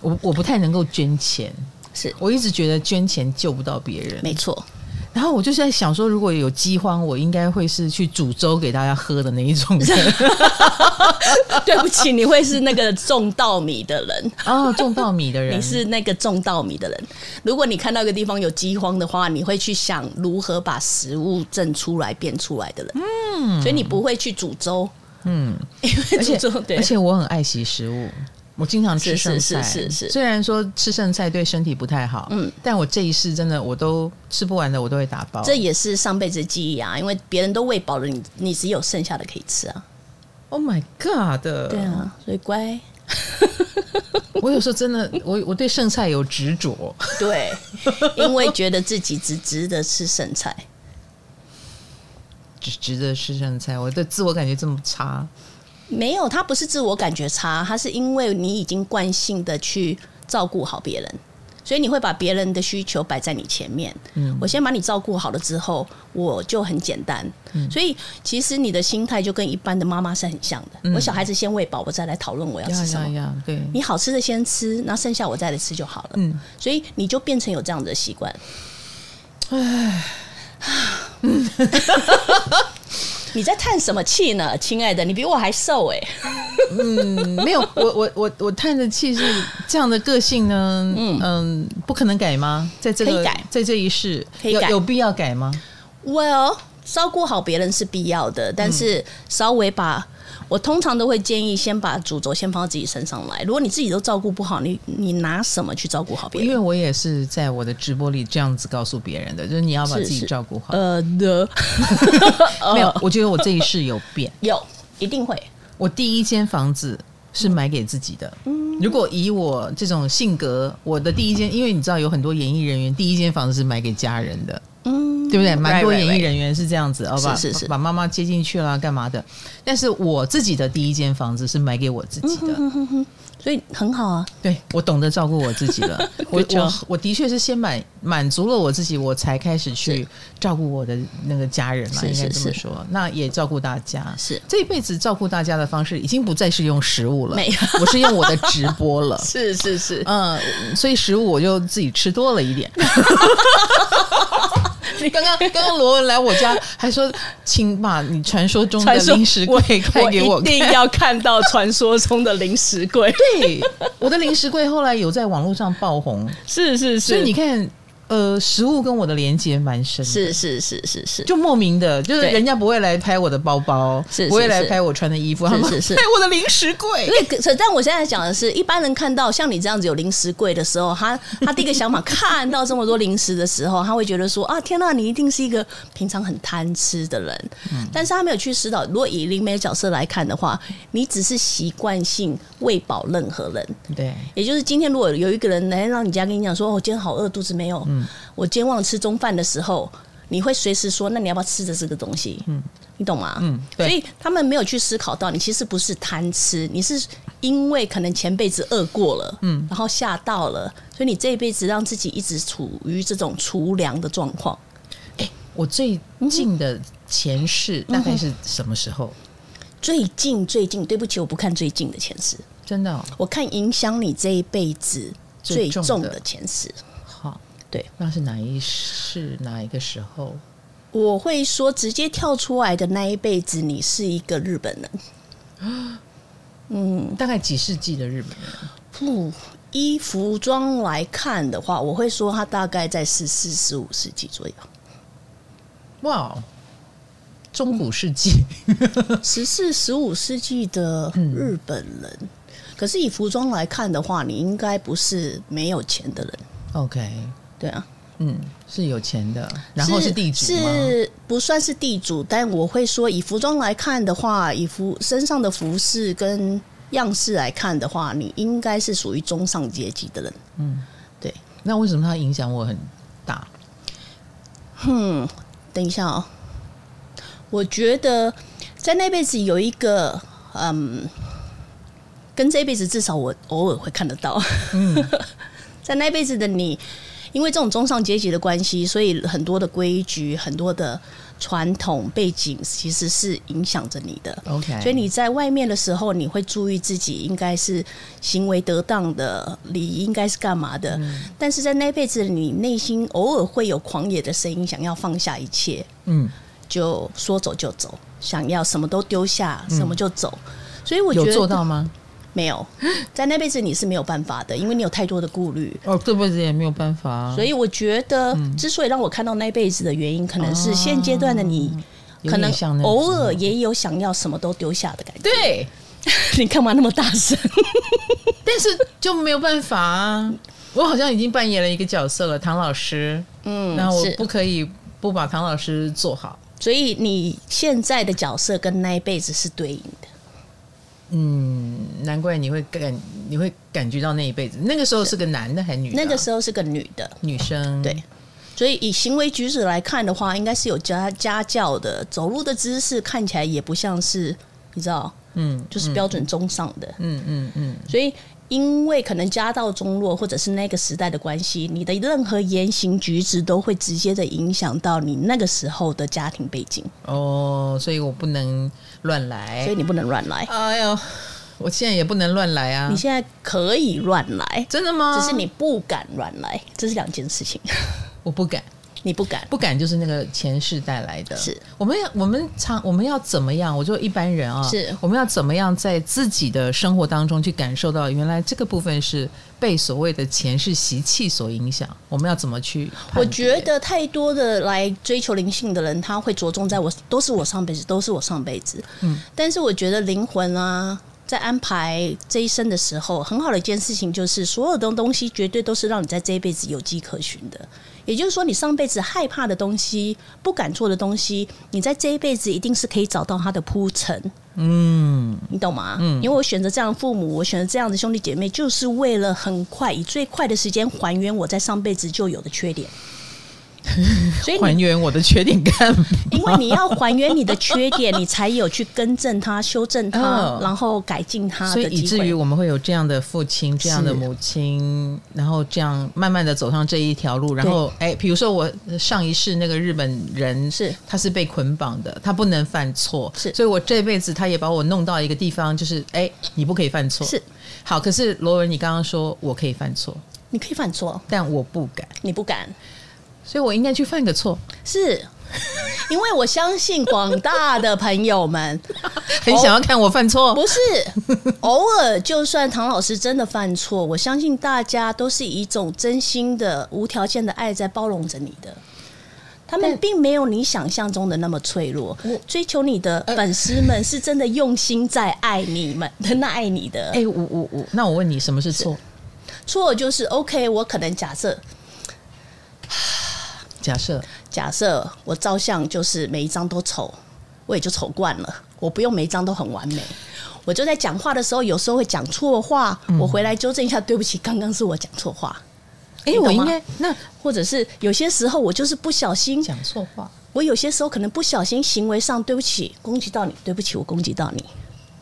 我我不太能够捐钱，
是
我一直觉得捐钱救不到别人，
没错，
然后我就是在想说，如果有饥荒，我应该会是去煮粥给大家喝的那一种 人
对不起，你会是那个种稻米的 人，
哦，种稻米的人
你是那个种稻米的人。如果你看到一个地方有饥荒的话，你会去想如何把食物挣出来、变出来的人。嗯，所以你不会去煮粥。嗯， 因为
而
煮
且
粥对
而且我很爱惜食物。我经常吃
是
剩
是
菜，
是是是
虽然说吃剩菜对身体不太好，嗯，但我这一世真的我都吃不完的，我都会打包。
这也是上辈子记忆啊，因为别人都喂饱了你，你只有剩下的可以吃啊。
Oh my God！
对啊，所以乖，
我有时候真的，我我对剩菜有执着。
对， 因为觉得自己只值得吃剩菜，
只值得吃剩菜，我的自我感觉这么差。
没有，他不是自我感觉差，他是因为你已经惯性的去照顾好别人，所以你会把别人的需求摆在你前面。
嗯
我先把你照顾好了之后，我就很简单。
嗯
所以其实你的心态就跟一般的妈妈是很像的。我小孩子先喂饱，我再来讨论我要
呀
吃什么
嗯呀。呀！对，
你好吃的先吃，那剩下我再来吃就好了。
嗯
所以你就变成有这样的习惯。唉， 你在叹什么气呢，亲爱的？你比我还瘦哎、
嗯没有，我我我我叹的气是这样的个性呢，嗯不可能改吗？在这
可
个
以改
在这一世
可以
有
改
有必要改吗？
Well，照顾好别人是必要的，但是稍微把。我通常都会建议先把主轴先放到自己身上来。如果你自己都照顾不好，你你拿什么去照顾好别
因
人？
为我也是在我的直播里这样子告诉别人的，就是你要把
是
自己
是
照顾好。
呃 的，
没有，我觉得我这一世有变。
有一定会
我第一间房子是买给自己的。
嗯
如果以我这种性格，我的第一间，因为你知道有很多演艺人员，第一间房子是买给家人的，嗯，对不对？蛮多
right,
演艺人员是这样子，哦，把
是是
把妈妈接进去啦，干嘛的？但是我自己的第一间房子是买给我自己
嗯
的，
所以很好啊。
对我懂得照顾我自己 了。我
Good
我
job
我的确是先满满足了我自己，我才开始去照顾我的那个家人嘛，
是
应该
是
这么
是
说。那也照顾大家，
是
这一辈子照顾大家的方式已经不再是用食物了
没有，。
我是用我的直播了
是是是，
嗯，所以食物我就自己吃多了一点。刚刚刚刚罗文来我家还说，请把你传说中的
传说
零食柜开给
我
我看。
一定要看到传说中的零食柜。
对，我的零食柜后来有在网络上爆红，
是是是，
所以你看，呃，食物跟我的连接蛮深的。
是是是是是，
就莫名的，就是
对
人家不会来拍我的包包，
是是
不会来
是
拍我穿的衣服，
是
他们
是是
拍我的零食柜
因。为可但我现在讲的是，一般人看到像你这样子有零食柜的时候，他他第一个想法看到这么多零食的时候，他会觉得说啊，天呐、你一定是一个平常很贪吃的人。但是他没有去思考，如果以灵媒角色来看的话，你只是习惯性喂饱任何人。
对，
也就是今天，如果有一个人来到你家跟你讲说，哦，我今天好饿，肚子没有，
嗯
我今天忘了吃中饭的时候，你会随时说，那你要不要吃的这个东西？嗯，你懂吗？嗯，
对
所以他们没有去思考到，你其实不是贪吃，你是因为可能前辈子饿过了，嗯，然后吓到了，所以你这一辈子让自己一直处于这种厨粮的状况。
哎我最近的前世
嗯
大概是什么时候？
最近最近，对不起，我不看最近的前世，
真的哦、
我看影响你这一辈子
最
最
重的
重的前世。
好，
对，
那是哪一世哪一个时候？
我会说，直接跳出来的那一辈子，你是一个日本人。嗯
大概几世纪的日本人？
不，依服装来看的话，我会说他大概在十四、十五世纪左右。
哇哦，中古世纪。
嗯十四、十五世纪的日本人，可是以服装来看的话，你应该不是没有钱的人，
OK，
对啊。
嗯，是有钱的，然后是地主吗？
是不算是地主，但我会说，以服装来看的话，以服身上的服饰跟样式来看的话，你应该是属于中上阶级的人。嗯，对。
那为什么它影响我很大？
等一下哦，我觉得在那辈子有一个嗯，跟这辈子至少我偶尔会看得到， 在那辈子的你，因为这种中上阶级的关系，所以很多的规矩、很多的传统背景其实是影响着你的。
OK
所以你在外面的时候，你会注意自己应该是行为得当的，礼仪应该是干嘛的。
嗯
但是在那辈子，你内心偶尔会有狂野的声音，想要放下一切，
嗯，
就说走就走，想要什么都丢下，什么就走。所以我觉
嗯有
得
做到吗？
没有，在那辈子你是没有办法的，因为你有太多的顾虑。
哦，这辈子也没有办法啊，
所以我觉得，
嗯
之所以让我看到那辈子的原因，可能是现阶段的你，
哦有
可能
点像那个
偶尔也有想要什么都丢下的感觉。
对，
你干嘛那么大声？
但是就没有办法啊。我好像已经扮演了一个角色了，唐老师，
嗯
那我
是
不可以不把唐老师做好。
所以你现在的角色跟那一辈子是对应的。
嗯，难怪你会感你会感觉到那一辈子，那个时候是个男的还是女的啊？
那个时候是个女的，
女生，
对，所以以行为举止来看的话，应该是有家家教的，走路的姿势看起来也不像是你知道，
嗯，
就是标准中上的。
嗯嗯嗯，
所以因为可能家道中落，或者是那个时代的关系，你的任何言行举止都会直接的影响到你那个时候的家庭背景，
哦，所以我不能乱
所
来
以。你不能乱来。
哎呦，我现在也不能乱来啊
你！现在可以乱来，
真的吗？
只是你不敢乱来，这是两件事情。
我不敢，
你不敢。
不敢就是那个前世带来的。
是，
我们要我们常我们要怎么样？我就一般人啊，
是
我们要怎么样在自己的生活当中去感受到，原来这个部分是被所谓的前世习气所影响。我们要怎么去判别？
我觉得太多的来追求灵性的人，他会着重在我都是我上辈子，都是我上辈子。嗯，但是我觉得灵魂啊，在安排这一生的时候，很好的一件事情就是，所有的东西绝对都是让你在这一辈子有迹可循的。也就是说，你上辈子害怕的东西、不敢做的东西，你在这一辈子一定是可以找到它的铺陈。你懂吗？因为我选择这样的父母，我选择这样的兄弟姐妹，就是为了很快以最快的时间还原我在上辈子就有的缺点。所以
还
你，
原我的缺点干嘛？
因为你要还原你的缺点，你才有去更正它、修正它，
哦
然后改进它
所以
的
以
机
至于
会。
我啊们会有这样的父亲、这样的
是
母亲，然后这样慢慢的走上这一条路。然后，哎，比如说我呃上一世那个日本人
是
他是被捆绑的，他不能犯错，
是
所以我这辈子他也把我弄到一个地方，就是哎，你不可以犯错。
是
好，可是罗文，你刚刚说我可以犯错，
你可以犯错，
但我不敢，
你不敢，
所以我应该去犯个错。
是因为我相信广大的朋友们，
很想要看我犯错，
不 是，偶尔就算唐老师真的犯错，我相信大家都是以一种真心的、无条件的爱在包容着你的。他们并没有你想象中的那么脆弱，追求你的粉丝
呃
们是真的用心在爱你们， 真的爱你的
哎、。我我我，那我问你，什么是错？
错就是 OK，我可能假设
假设
假设我照相就是每一张都丑，我也就丑惯了，我不用每一张都很完美。我就在讲话的时候，有时候会讲错话，
嗯
我回来纠正一下，对不起，刚刚是我讲错话，
哎、
你懂
我应
吗
该那
或者是有些时候我就是不小心，
讲错话，
我有些时候可能不小心行为上，对不起，攻击到你，对不起，我攻击到你，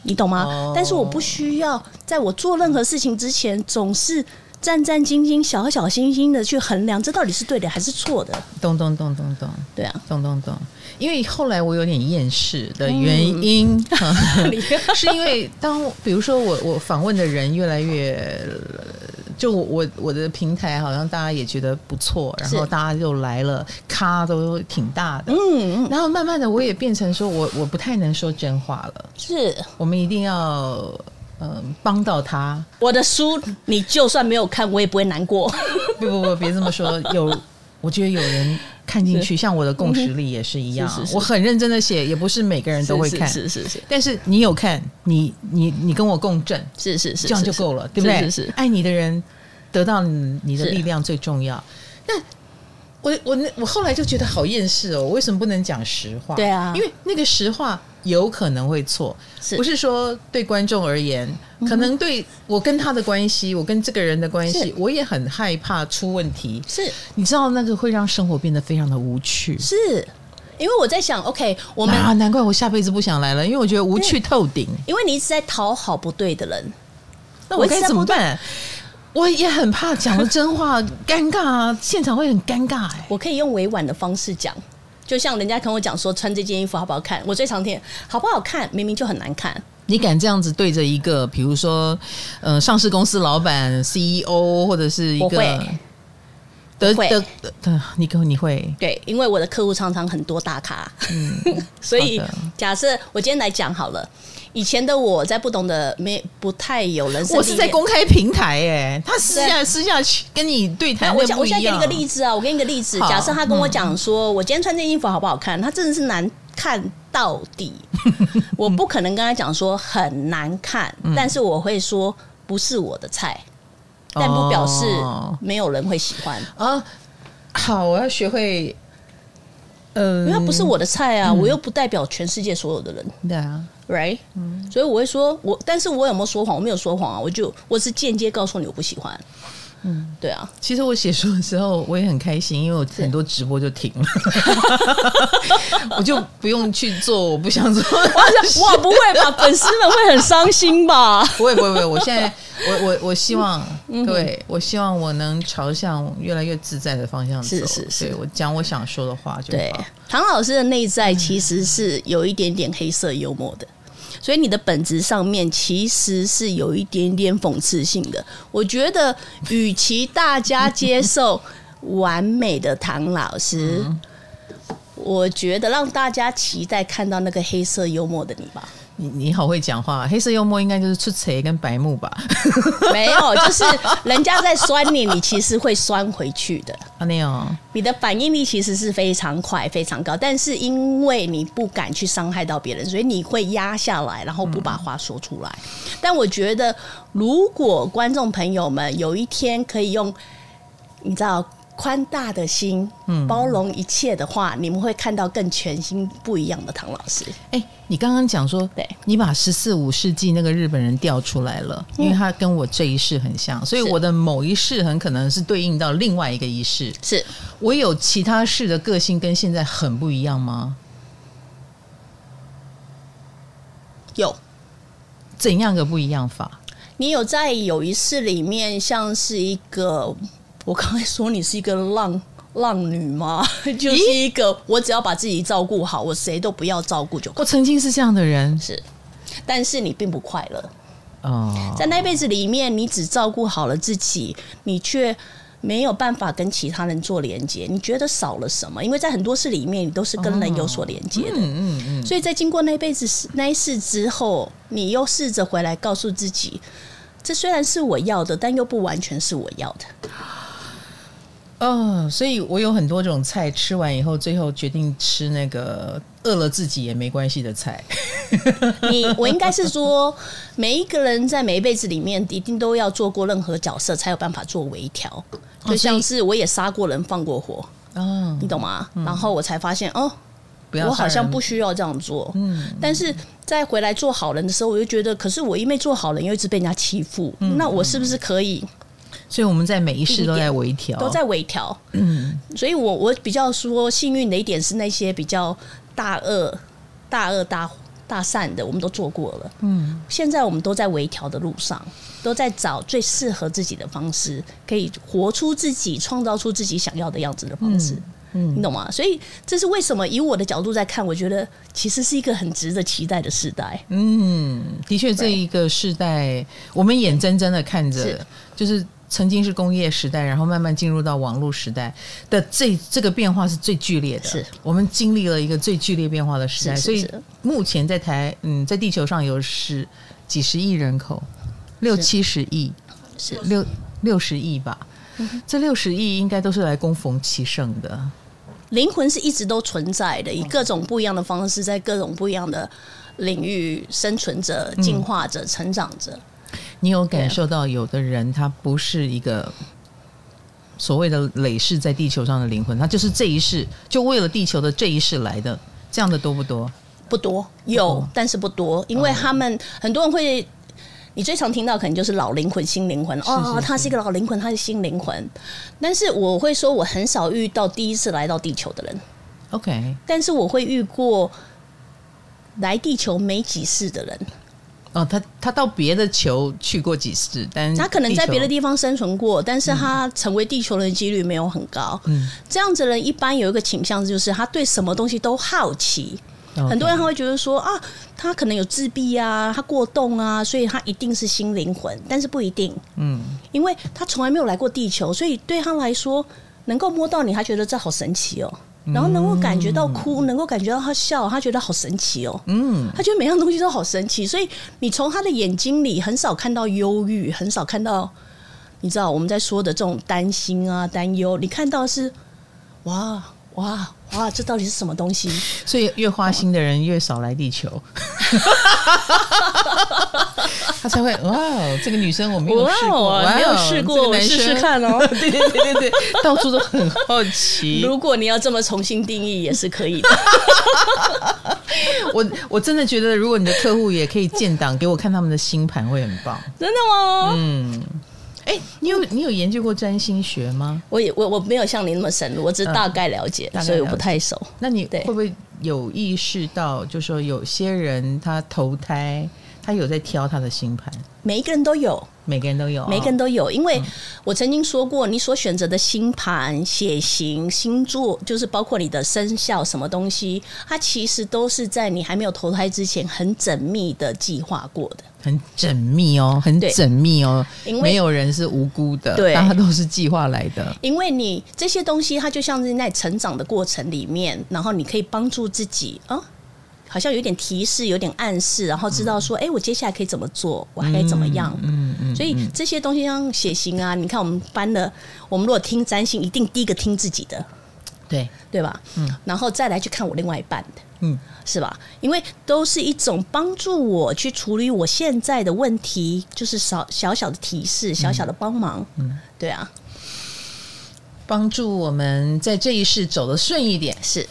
你懂吗？
哦
但是我不需要在我做任何事情之前，总是战战兢兢、小小心心的去衡量这到底是对的还是错的，
咚咚咚咚咚。
对啊。
懂懂懂，因为后来我有点厌世的原因， 是因为当比如说我我访问的人越来越，就我我我的平台好像大家也觉得不错，然后
是
大家就来了，咖都挺大的，嗯，然后慢慢的我也变成说我我不太能说真话了，
是
我们一定要嗯帮到他，
我的书，你就算没有看，我也不会难过。
不不不，别这么 说。有，我觉得有人看进去，像我的共识力也是一样。
是是是
我很认真的写，也不是每个人都会看。
嗯是是是
但是你有看，你你你跟我共振，
是是是，
这样就够了，对不对？
是是
爱你的人得到你你的
是
力量最重要。那我我那我后来就觉得好厌世哦，我为什么不能讲实话？
对啊
因为那个实话有可能会错，
是
不是嗯说对观众而言，可能对我跟他的关系，我跟这个人的关系
是，
我也很害怕出问题。
是
你知道那个会让生活变得非常的无趣。
是，因为我在想，OK，我们
啊，难怪我下辈子不想来了，因为我觉得无趣透顶。
因为你一直在讨好不对的人，
那我
我一直
该
在
怎么
不断
办？我也很怕讲了真 话尴尬啊，现场会很尴尬哎、
我可以用委婉的方式讲，就像人家跟我讲说穿这件衣服好不好看，我最常听好不好看，明明就很难看，
你敢这样子对着一个，比如说，呃，上市公司老板、CEO 或者是一
我
个
会
得
我会
得得，你跟你会
对，因为我的客户常常很多大咖， 所以
嗯好的
假设我今天来讲好了，以前的我在不懂得没不太有人生，
我是在。公开平台哎、他私
对
下私下去跟你对
那
谈
我
会哎
讲，
不
我
一
现在给你
样
一个。例子啊，我给你一个例子。
好嗯
假设他跟我讲说，我今天穿这件衣服好不好看，他真的是难看到底。 我不可能跟他讲说很难看，
嗯
但是我会说不是我的菜，但不表示
哦
没有人会喜欢。
啊，好，我要学会，呃
因为它
嗯
不是我的菜啊，我又不代表全世界所有的人
对啊，
，right？、所以我会说，我但是我有没有说谎？我没有说谎啊，我就我是间接告诉你我不喜欢。嗯，对啊，
其实我写书的时候，我也很开心，因为我很多直播就停 了，我就不用去做我不想做的事。
哇，不会吧？粉丝们会很伤心吧？
不会不会不会，我现在我我我希望，对我希望我能朝向越来越自在的方向走。
是是是
对我讲我想说的话就
对
好。，
唐老师的内在其实是有一点点黑色幽默的。所以你的本质上面其实是有一点点讽刺性的。我觉得，与其大家接受完美的唐老师。我觉得让大家期待看到那个黑色幽默的你吧，
你你好会讲话，黑色幽默应该就是出贼跟白目 吧？
没有，就是人家在酸你，你其实会酸回去的。
啊，那样
你的反应力其实是非常快、非常高，但是因为你不敢去伤害到别人，所以你会压下来，然后不把话说出来。但我觉得，如果观众朋友们有一天可以用，你知道。宽大的心，包容一切的话，你们会看到更全新、不一样的唐老师。
哎、你刚刚讲说，
对
你把十四五世纪那个日本人调出来了，因为他跟我这一世很像，所以
嗯是
我的某一世很可能是对应到另外一个一世。
是
我有其他世的个性跟现在很不一样吗？
有，
怎样个不一样法？
你有在有一世里面像是一个，我刚才说你是一个浪浪女吗？ 就是一个我只要把自己照顾好，我谁都不要照顾就可
我曾经是这样的人
以。是，但是你并不快乐，
哦，
在那辈子里面，你只照顾好了自己，你却。没有办法跟其他人做连接，你觉得少了什么？因为在很多事里面，你都是跟人有所连接的。
嗯嗯嗯，
所以在经过那一辈子那一世之后，你又试着回来告诉自己，这虽然是我要的，但又不完全是我要的。
哦，所以我有很多种菜，吃完以后最后决定吃那个饿了自己也没关系的菜。
你我应该是说，每一个人在每一辈子里面，一定都要做过任何角色，才有办法做微调。就像是我也杀过人，放过火，
哦，
你懂吗？然后我才发现，哦，
不要
我
杀
好像
人
不需要这样做。嗯，但是在回来做好人的时候，我就觉得，可是我因为做好人，又一直被人家欺负，
嗯
那我是不是可以
所以我们在每一世都在微调，
都在微调。嗯，所以我我比较说幸运的一点是那些比较大恶、大恶大大善的，我们都做过了。嗯，现在我们都在微调的路上，都在找最适合自己的方式，可以活出自己、创造出自己想要的样子的方式。
嗯
你懂吗？所以这是为什么以我的角度在看，我觉得其实是一个很值得期待的时代。
嗯的确，这一个世代，我们眼睁睁的看着
是，
就是曾经是工业时代，然后慢慢进入到网络时代的这这个变化是最剧烈的。
是
我们经历了一个最剧烈变化的时代，
是是
所以
是
目前在台，嗯，在地球上有十几十亿人口，六七十亿，
是
六六十亿吧。
嗯
这六十亿应该都是来供逢其盛的，
灵魂是一直都存在的，以各种不一样的方式，在各种不一样的领域生存着、进化着、成长着。
你有
对
感
啊
受到有的人他不是一个所谓的累世在地球上的灵魂，他就是这一世就为了地球的这一世来的，这样的多不多？
不多，有、但是不多，因为他们、很多人会。你最常听到可能就是老灵魂、新灵魂哦，他是一个老灵魂，他是新灵魂。但是我会说，我很少遇到第一次来到地球的人，
OK，
但是我会遇过来地球没几世的人。
哦，他他到别的球去过几次，但
他可能在别的
地
地方生存过，但是他成为地球人的几率没有很高。
嗯
这样子的人一般有一个倾向，就是他对什么东西都好奇。
球
很多人他
OK
会觉得说啊，他可能有自闭啊，他过动啊，所以他一定是新灵魂，但是不一定，
嗯，
因为他从来没有来过地球，所以对他来说，能够摸到你，他觉得这好神奇哦。
嗯
然后能够感觉到哭，能够感觉到他笑，他觉得好神奇哦。嗯，他觉得每样东西都好神奇，所以你从他的眼睛里很少看到忧郁，很少看到，你知道我们在说的这种担心啊、担忧，你看到的是哇哇哇，这到底是什么东西？
所以越花心的人越少来地球，他才会哇哦，这个女生我没有试过，
哇哦
哇哦
没有试过
这个男
我试试
生
看哦
对对对对对，到处都很好奇。
如果你要这么重新定义也是可 以的。
我我真的觉得，如果你的客户也可以建档给我看他们的星盘，会很棒。
真的吗？
哎、你有你有研究过占星学吗？
我也我我没有像你那么深入，我只是嗯大概了解，
大概了解
所以我不太熟。
那你
对
会不会有意识到，就说有些人他投胎，他有在挑他的星盘，
每一个人都有，
每个人都有哦，
每个人都有，因为我曾经说过，你所选择的星盘、血型、星座，就是包括你的生肖什么东西，它其实都是在你还没有投胎之前很缜密的计划过的。
很缜密哦，很
对
缜密哦
因，为
没有人是无辜的，
对
大家都是计划来的。
因为你这些东西，它就像是在成长的过程里面，然后你可以帮助自己啊，好像有点提示，有点暗示，然后知道说，哎、我接下来可以怎么做，我还该怎么样。
嗯嗯，
所以这些东西像血型啊，你看我们班的，我们如果听占星，一定第一个听自己的，
对，
对吧？嗯，然后再来去看我另外一半的，
嗯，
是吧？因为都是一种帮助我去处理我现在的问题，就是小小小的提示，小小的帮忙，嗯，对啊，
帮助我们在这一世走得顺一点，
是。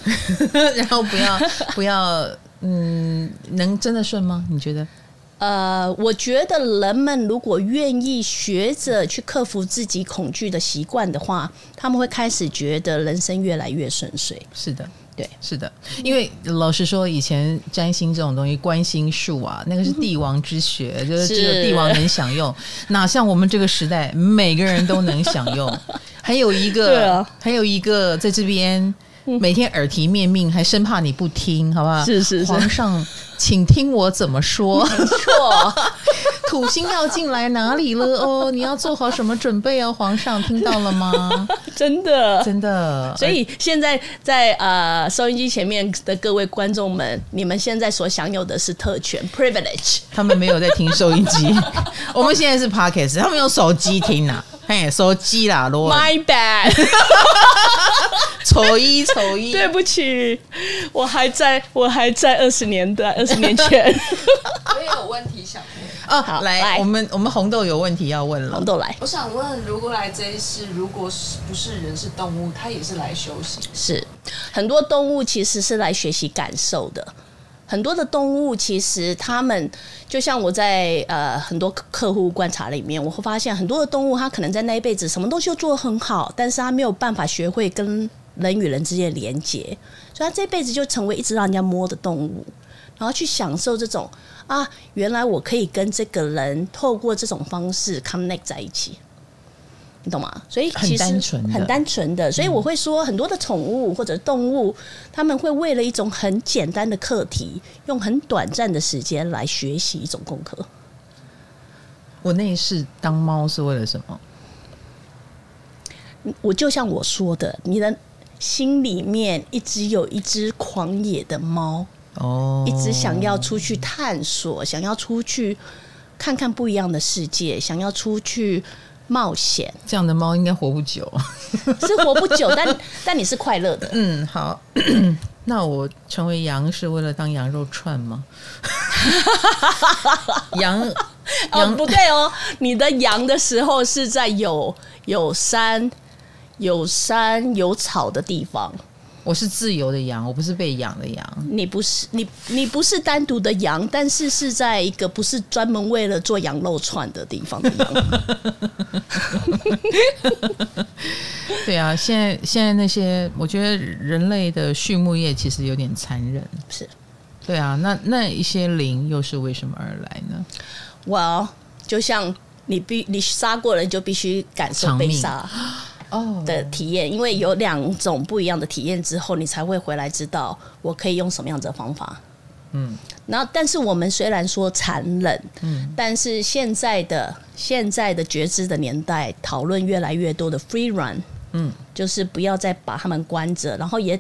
然后不要不要，嗯，能真的顺吗？你觉得？
呃，我觉得人们如果愿意学着去克服自己恐惧的习惯的话，他们会开始觉得人生越来越顺遂。
是的，
对，
是的，因为老实说，以前占星这种东西，观星术啊，那个是帝王之学， 就是只有
是
帝王能享 用，哪像我们这个时代，每个人都能享 用。还有一
对
个，
啊嗯
还有一个在这边。每天耳提面命，还生怕你不听，好不好？
是是是
皇上，请听我怎么 说。
错，
土星要进来哪里了？哦，你要做好什么准备哦，皇上，听到了吗？
真的。
真的，
所以现在在呃收音机前面的各位观众们，你们现在所享有的是特权 （privilege）。
他们没有在听收音 机，我们现在是 podcast，他们用手机听啦，嘿，手机啦，罗
My bad，
丑一丑一，
对不起，我还在我还在二十年代二十年前。
我也有问题想问，
哦，
好
来，
来
我们我们红豆有问题要问了
红，豆来，
我想问，如果来这一世，如果是不是人是动物，它也是来修行，
是很多动物其实是来学习感受的。很多的动物其实它们就像我在呃很多客客户观察里面，我会发现很多的动物它可能在那一辈子什么东西都做得很好，但是它没有办法学会跟人与人之间的连接，所以它这辈子就成为一直让人家摸的动物，然后去享受这种啊，原来我可以跟这个人透过这种方式 connect 在一起。你懂吗？所以其实
很单纯的嗯
很单纯的，所以我会说，很多的宠物或者动物，他们会为了一种很简单的课题，用很短暂的时间来学习一种功课。
我那一世当猫是为了什么？
我就像我说的，你的心里面一直有一只狂野的猫，
哦，
一直想要出去探索，想要出去看看不一样的世界，想要出去冒 险，
这样的猫应该活不久。
是活不久，但 但你是快乐的。
嗯， 好，那我成为羊是为了当羊肉串 吗？羊
哦，
羊
不对哦，你的羊的时候是在有有山、有山有草的地方，
我是自由的羊，我不是被养的羊。
你不是你你不是单独的羊，但是是在一个不是专门为了做羊肉串的地方的羊。
对啊，现在现在那些，我觉得人类的畜牧业其实有点残忍。
是，
对啊，那那一些灵又是为什么而来呢？
well, 就像你必你杀过人，就必须感受
偿
被
命
杀
哦，
的体验，因为有两种不一样的体验之后，你才会回来知道我可以用什么样子的方法。
嗯，
然后，但是我们虽然说残忍，嗯，但是现在的现在的觉知的年代，讨论越来越多的 free run，
嗯，
就是不要再把他们关着，然后也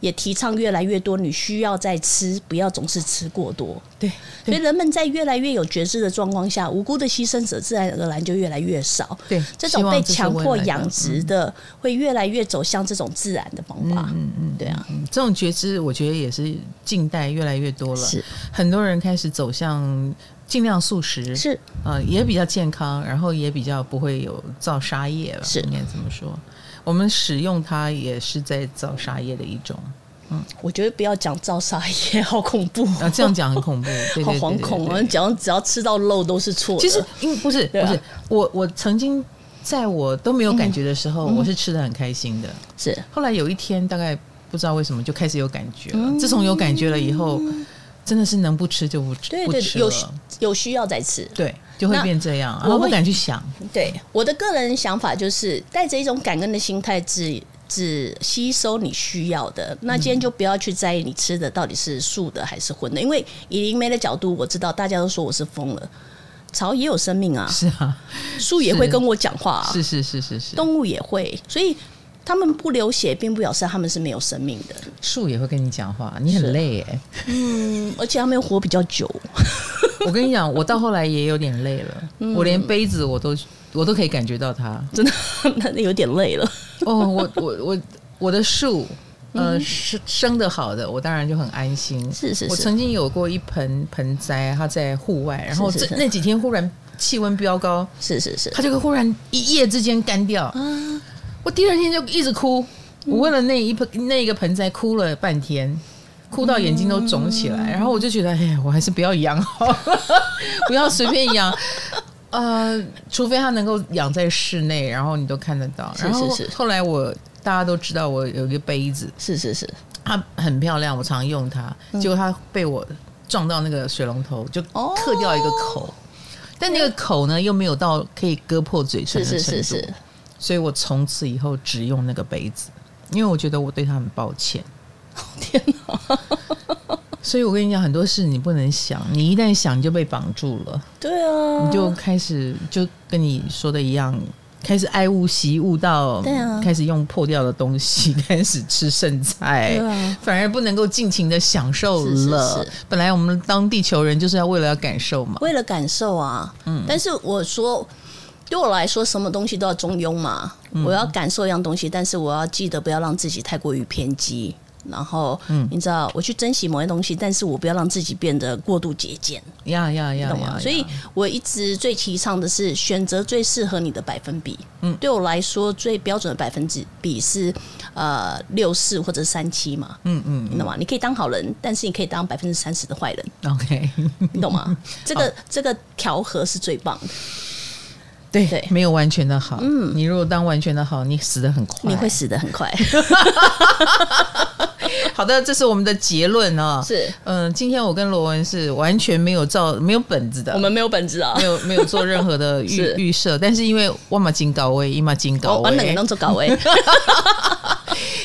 也提倡越来越多，你需要再吃，不要总是吃过多。
对，
所以
对
人们在越来越有觉知的状况下，无辜的牺牲者自然而然就越来越少。
对，
这
希
种
望
被
是
强
未
迫
来的嗯
养殖的，会越来越走向这种自然的方法。嗯嗯，对啊，
嗯这种觉知，我觉得也是近代越来越多了，
是
很多人开始走向尽量素食，
是
呃，也比较健康，然后也比较不会有造杀业吧，
是
应该这么说。我们使用它也是在造杀业的一种，
我觉得不要讲造杀业，好恐怖，
啊，这样讲很 恐怖，对对
好
对
惶
对
恐
对
啊！讲只要吃到肉都是错的。
其实因为不是不
对啊嗯
是，我我曾经在我都没有感觉的时候，我是吃的很开心的。
是嗯
后来有一天，大概不知道为什么就开始有感觉了。自从有感觉了以后，真的是能不吃就不吃，
对
不
对，
吃
有需
了
有需要再吃。
对就会
那
变这样，然
我
后不
会
敢去想，
对我的个人想法就是带着一种感恩的心态只只吸收你需要的，那今天就不要去在意你吃的到底是素的还是荤的，因为以灵媒的角度，我知道大家都说我是疯了，草也有生命啊，
是啊，
树也会跟我讲话、啊
是，是是是是，
动物也会，所以他们不流血，并不表示他们是没有生命的，
树也会跟你讲话，你很累欸耶。
嗯，而且他们活比较久，
我跟你讲，我到后来也有点累了，
嗯
我连杯子我都我都可以感觉到它。
真的那有点累了。
哦，我我我我的树，呃，生生的好的，我当然就很安心。
嗯是是
我
是
曾经有过一盆盆栽，它在户外，然后
是
这
是是
那几天忽然气温飙高，
是是是，
它就忽然一夜之间干掉。
啊
我第二天就一直哭，我为了那一盆那一个盆栽哭了半天。哭到眼睛都肿起来，
嗯
然后我就觉得，哎呀，我还是不要养好了， 不要随便 养，呃，除非它能够养在室内，然后你都看得到。
是
然后
是是
后来我大家都知道我有一个杯子，
是是是，
它很漂亮，我常用它，结果它被我撞到那个水龙头，就
嗯哦
刻掉一个口，但那个口呢又没有到可以割破嘴唇
是
的程
是
度，
是是，
所以我从此以后只用那个杯子，因为我觉得我对它很抱歉。
天哪！
所以我跟你讲，很多事你不能想，你一旦想你就被绑住了，
对啊，
你就开始就跟你说的一样。开始爱物惜物到，
对啊
开始用破掉的东 西，开始吃剩菜，
对啊
反而不能够尽情的享受
是是
了。
是
本来我们当地球人就是要为了要感受嘛，
为了感受啊。
嗯
但是我说，对我来说，什么东西都要中庸嘛。
嗯
我要感受一样东西，但是我要记得不要让自己太过于偏激。然后，
嗯
你知道，我去珍惜某些东西，但是我不要让自己变得过度节俭，
呀呀呀
懂吗
呀！
所以
呀
我一直最提倡的是选择最适合你的百分比。
嗯
对我来说，最标准的百分之比是呃六四或者三七嘛，
嗯嗯
你懂吗？你可以当好人，但是你可以当百分之三十的坏 人。
嗯，OK，
你懂吗？这个这个调和是最棒的，
对
对
没有完全的好。嗯，你如果当完全的好，你死得很快。
你会死得 很快。
好的，这是我们的结论啊。
是
嗯、今天我跟罗文是完全没有照没有本子的，
我们没有本质啊
没，有没有做任何 的预
是哦
预设，但是因为万马金高位，一马金高
把两个
位，
当做搞哎。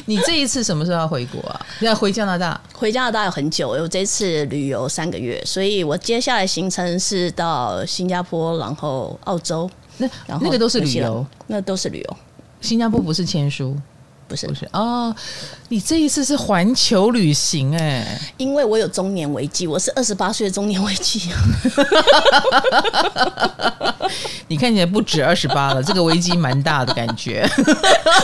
你这一次什么时候要回国啊？要回加拿大？
回加拿大有很久，我这次旅游三个月，所以我接下来行程是到新加坡，然后澳洲，
那
然后
那个都是旅
新西
游
兰，，那都是旅游，
新加坡不是签书，
不是
不是哦。你这一次是环球旅行哎、
因为我有中年危机，我是二十八岁的中年危机，
你看起来不止二十八了， 这个危机蛮大的感 觉。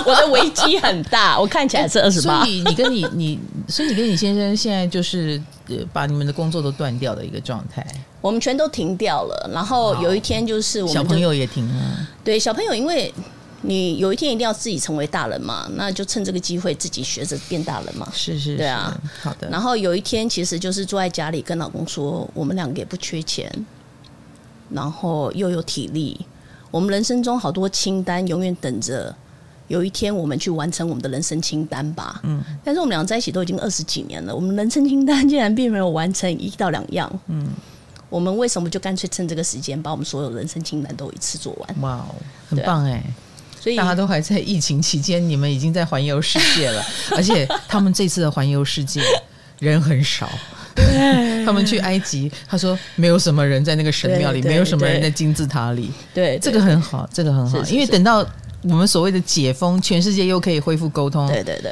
我的危机 很大，我看起来是二十八
哎所，以你跟你你，所以你跟你先生现在就是呃把你们的工作都断掉的一个状态，
我们全都停掉了。然后有一天就是我们
小
就
朋友也嗯停了，
对小朋友，因为你有一天一定要自己成为大人嘛，那就趁这个机会自己学着变大人嘛。
是是，
对啊
是，好的。
然后有一天，其实就是坐在家里跟老公说，我们两个也不缺钱，然后又有体力，我们人生中好多清单永远等着。有一天我们去完成我们的人生清单吧。嗯，但是我们俩在一起都已经二十几年了，我们人生清单竟然并没有完成一到两样。嗯，我们为什么就干脆趁这个时间把我们所有人生清单都一次做完？
哇哦，很
对啊
棒哎、
所以
大家都还在疫情期间，你们已经在环游世界 了，而且他们这次的环游世界人很少。 他们去埃及，他说没有什么人在那个神庙里，
对对
没有什么人
对
在金字塔里，
对
这个很好，这个很好，
是是
因为
是
等到我们所谓的解封，全世界又可以恢复沟通，
对对对，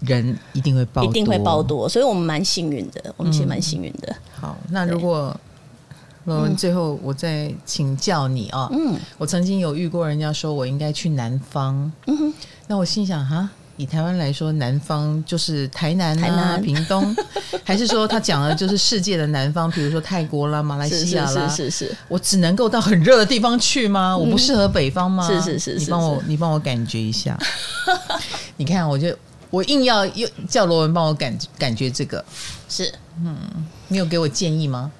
人一定会爆，嗯
一定会爆。多，所以我们蛮幸运的，我们其实蛮幸运的。
好，那如果罗文最后我再请教你啊、嗯，我曾经有遇过人家说我应该去南方，嗯哼，那我心想哈。以台湾来说，南方就是台南啊、
台南
屏 东，还是说他讲的就是世界的南方，比如说泰国啦、马来
是
西
是
亚啦
是是是，
我只能够到很热的地方去吗？我不适合北方吗？
是是是
你
是
帮我
是
你帮我感觉一下。你看，我就我硬要又叫罗文帮我感感觉这个，
是
你有给我建议吗？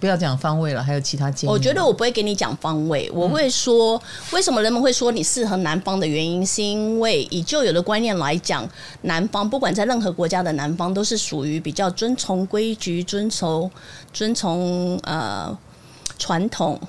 不要讲方位了，还有其他建议。
我觉得我不会给你嗯讲方位，我会说为什么人们会说你适合南方的原因，是因为以旧有的观念来讲，南方不管在任何国家的南方都是属于比较遵从规矩、遵从遵从呃传统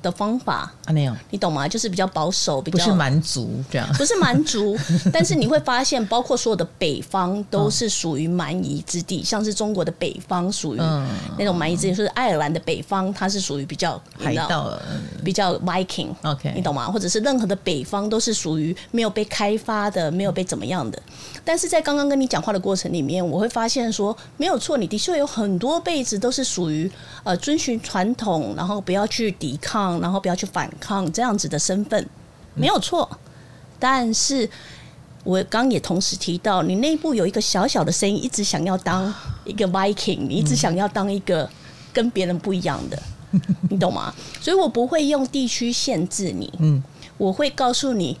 的方法，
啊那样
你懂吗？就是比较保 守，比
不
较
是蛮族这样。
不是蛮族，但是你会发现，包括所有的北方都是属于蛮夷之地，像是中国的北方属于
嗯
那种蛮夷之地，就是爱尔兰的北方，它是属于比较你
海
知道
盗了，嗯
比较 Viking。
OK
你懂吗？或者是任何的北方都是属于没有被开发的，没有被怎么样的。但是在刚刚跟你讲话的过程里面，我会发现说，没有错，你的确有很多辈子都是属于呃遵循传统，然后不要去抵抗，然后不要去反抗这样子的身份，没有错。但是我刚也同时提到，你内部有一个小小的声音，一直想要当一个 Viking，你一直想要当一个跟别人不一样的，你懂吗？所以我不会用地区限制你，
嗯，
我会告诉你，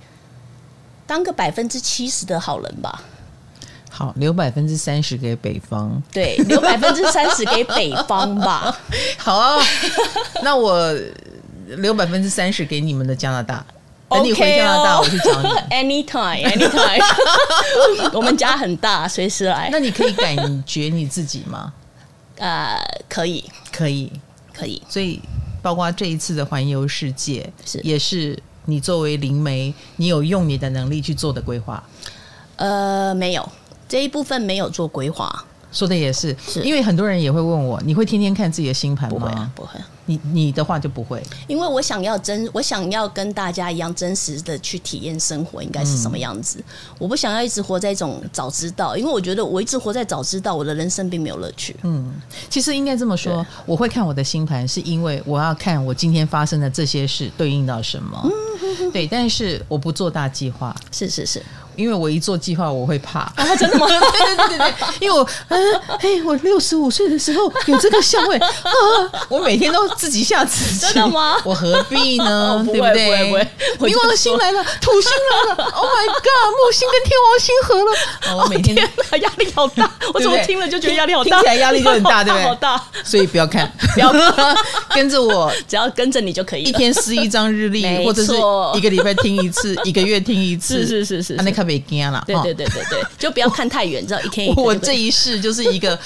当个百分之七十的好人吧。
好，留百分之三十给北方。
对，留百分之三十给北方吧。
好啊， 那我留百分之三十给你们的加拿大。等你回加拿
哦
大，我去找你。
Anytime, anytime，我们家很大，随时来。
那你可以感觉你自己 吗？
呃，可以，
可以，
可以。
所以包括这一次的环游世界，
是
也是你作为灵媒，你有用你的能力去做的规划。
呃，没有这一部分没有做规划，
说的也是，
是
因为很多人也会问我，你会天天看自己的星盘
不会啊
吗，？
不会啊，
你你的话就不会，
因为我想要真，我想要跟大家一样真实的去体验生活应该是什么样子。我不想要一直活在一种早知道，因为我觉得我一直活在早知道，我的人生并没有乐趣。
嗯，其实应该这么说，我会看我的星盘，是因为我要看我今天发生的这些事对应到什么。
嗯
对，但是我不做大计划，
是是是，
因为我一做计划我会怕。啊，真的 吗？对对对对对，因为我，嗯、哎，我六十五岁的时候有这个相位啊，我每天都自己吓自己。
真的吗
我何必呢？
哦不会
对对？
不会不会我就
冥王星来了，土星来了，Oh my God，木星跟天王星合 了。啊，我每天
哦天哪，压力好大！我怎 么
对不对
听了就觉得压力好大？
听起来压力就很大，对不对？
好大，
所以不要看，不要 跟着我。
只要跟着你就可以
一
了。
天撕一张日历，
没错
或者是一个礼拜听一 次，一个月听一次，啊
是是是是是
那可别惊啦。
对
哈
对对对对，就不要看太远，知道一天一个
我哦我
就可以
这一世就是一 个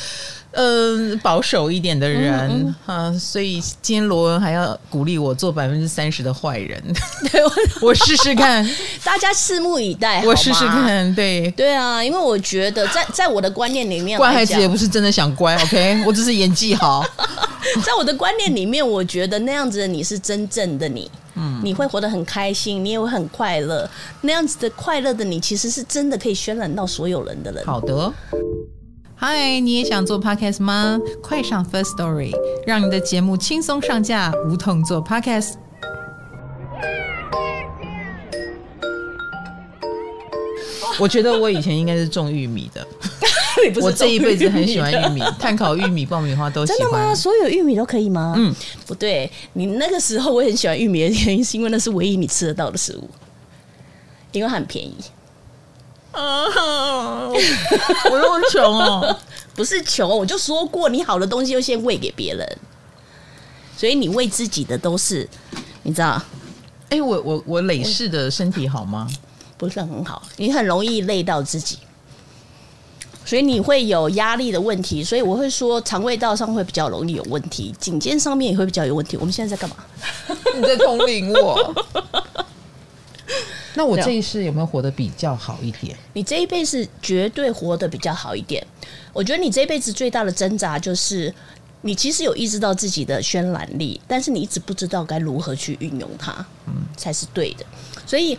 嗯、保守一点的
嗯
人啊，所以今天罗文还要鼓励我做百分之三十的坏 人，
对我
我试试看，
大家拭目以待，
我
好
试试
吗。
看，对。
对啊，因为我觉得在在我的观念里面
乖
来
孩子
讲
也，不是真的想乖，OK，我只是演技好。
在我的观念里面，我觉得那样子的你是真正的你，嗯，你会活得很开心，你也会很快乐。那样子的快乐的你，其实是真的可以渲染到所有人的人。
好的。嗨，你也想做 podcast 吗？快上 First Story，让你的节目轻松上架，无痛做 podcast。我觉得我以前应该是种玉米的，
你 不是
我这一辈子很喜欢
种
玉米，碳烤玉米、爆米花都喜
真的吗？
欢。
所有玉米都可以吗？
嗯，
不对，你那个时候我很喜欢玉米的原因，是因为那是唯一你吃得到的食物，因为它很便宜。
啊， 我那么穷哦，
不是穷，我就说过，你好的东西就先喂给别人，所以你喂自己的都是，你知道
哎、我我我累世的身体好吗？
不是很好，你很容易累到自己，所以你会有压力的问题，所以我会说肠胃道上会比较容易有问题，颈肩上面也会比较有问题。我们现在在干嘛？
你在统领我。 那我这一世有没有活得比较好一点？
你这一辈子绝对活得比较好一点。我觉得你这辈子最大的挣扎就是，你其实有意识到自己的渲染力，但是你一直不知道该如何去运用它，才是对的。所以。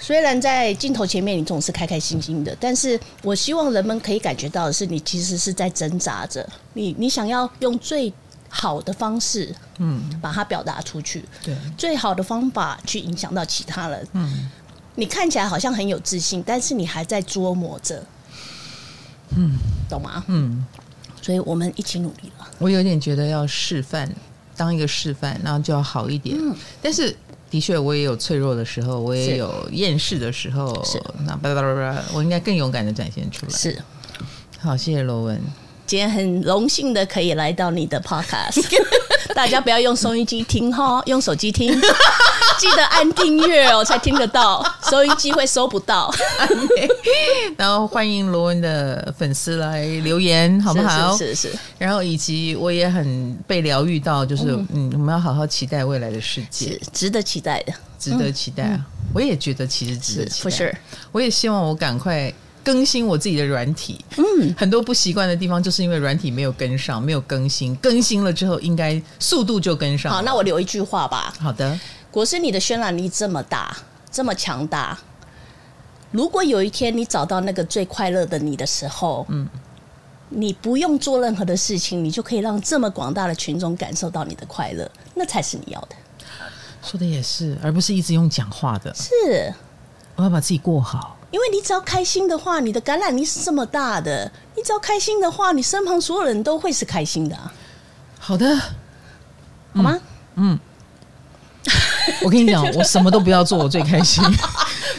虽然在镜头前面你总是开开心心的，但是我希望人们可以感觉到的是，你其实是在挣扎着，你你想要用最好的方式，嗯，把它表达出去，
对，
最好的方法去影响到其他人。
嗯
你看起来好像很有自信，但是你还在琢磨着，嗯，懂吗？
嗯，
所以我们一起努力了。
我有点觉得要示范，当一个示范，然后就要好一点。
嗯
但是的确，我也有脆弱的时候，我也
是
有厌世的时候
是，
那叭叭叭叭，我应该更勇敢的展现出来。
是，
好，谢谢罗文。
今天很荣幸的可以来到你的 podcast， 大家不要用收音机听哈，用手 机听，记得按订阅哦，才听得到，收音机会收不到。
然后欢迎罗文的粉丝来留言，好不好？
是是是
然后以及我也很被疗愈到，就是嗯我们要好好期待未来的世界，
是，值得期待的。
值得期待啊！我也觉得其实值得期待，
嗯是，for sure
我也希望我赶快。更新我自己的软体，嗯，很多不习惯的地方，就是因为软体没有跟上，没有更新。更新了之后，应该速度就跟上了。
好，那我留一句话吧。
好的，
国师，你的渲染力这么大，这么强大。如果有一天你找到那个最快乐的你的时候，嗯，你不用做任何的事情，你就可以让这么广大的群众感受到你的快乐，那才是你要的。
说的也是，而不是一直用讲话的。
是
我要把自己过好。
因为你只要开心的话，你的感染力是这么大的。你只要开心的话，你身旁所有人都会是开心的啊、
好的，
好吗？
我跟你 讲，我什么都不要做，我最开心。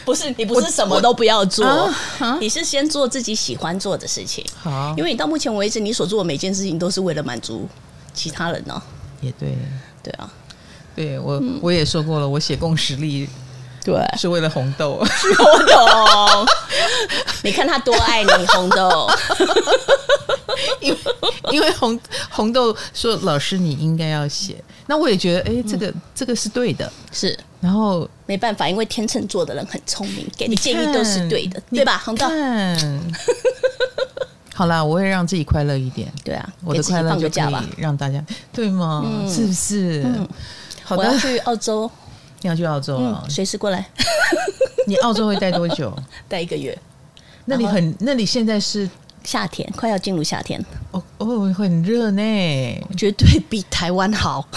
不是，你不是什么都不要做
啊啊，
你是先做自己喜欢做的事情。
好
因为你到目前为止，你所做的每件事情都是为了满足其他人呢、哦
也对，
对啊，
对我
嗯
我也说过了，我写共识力
对，
是为了红豆。
我懂。你看他多爱你，红 豆。
因为 因为红红豆说老师你应该要写，那我也觉得哎、诶这个、
嗯
这个是对的。
是
然后
没办法，因为天秤座的人很聪明，给的建议都是对的，
你
对吧，红豆？
看 好啦，我会让自己快乐一点，
对啊，
我
给
的
自己
快乐
放
就
个
可
假吧嗯
以。让大家对吗？是不是？好
我
的
要，去 澳洲，
你要去澳洲了
嗯，，随时过来，
你澳洲会待多 久？
待一个月。
那里很，那里现在是
夏天快要进入夏天，
哦哦，很热呢。
绝对比台湾好。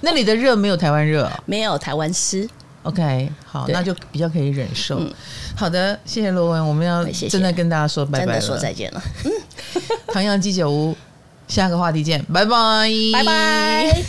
那里的热没有台湾热哦
没有台湾湿，
，OK，好，
对嗯
那就比较可以忍受。好的，谢谢罗文，我们要
谢谢
真的跟大家说拜
真
拜
的说
了。
再见了，
唐阳鸡酒屋，下个话题见，拜拜，
拜拜。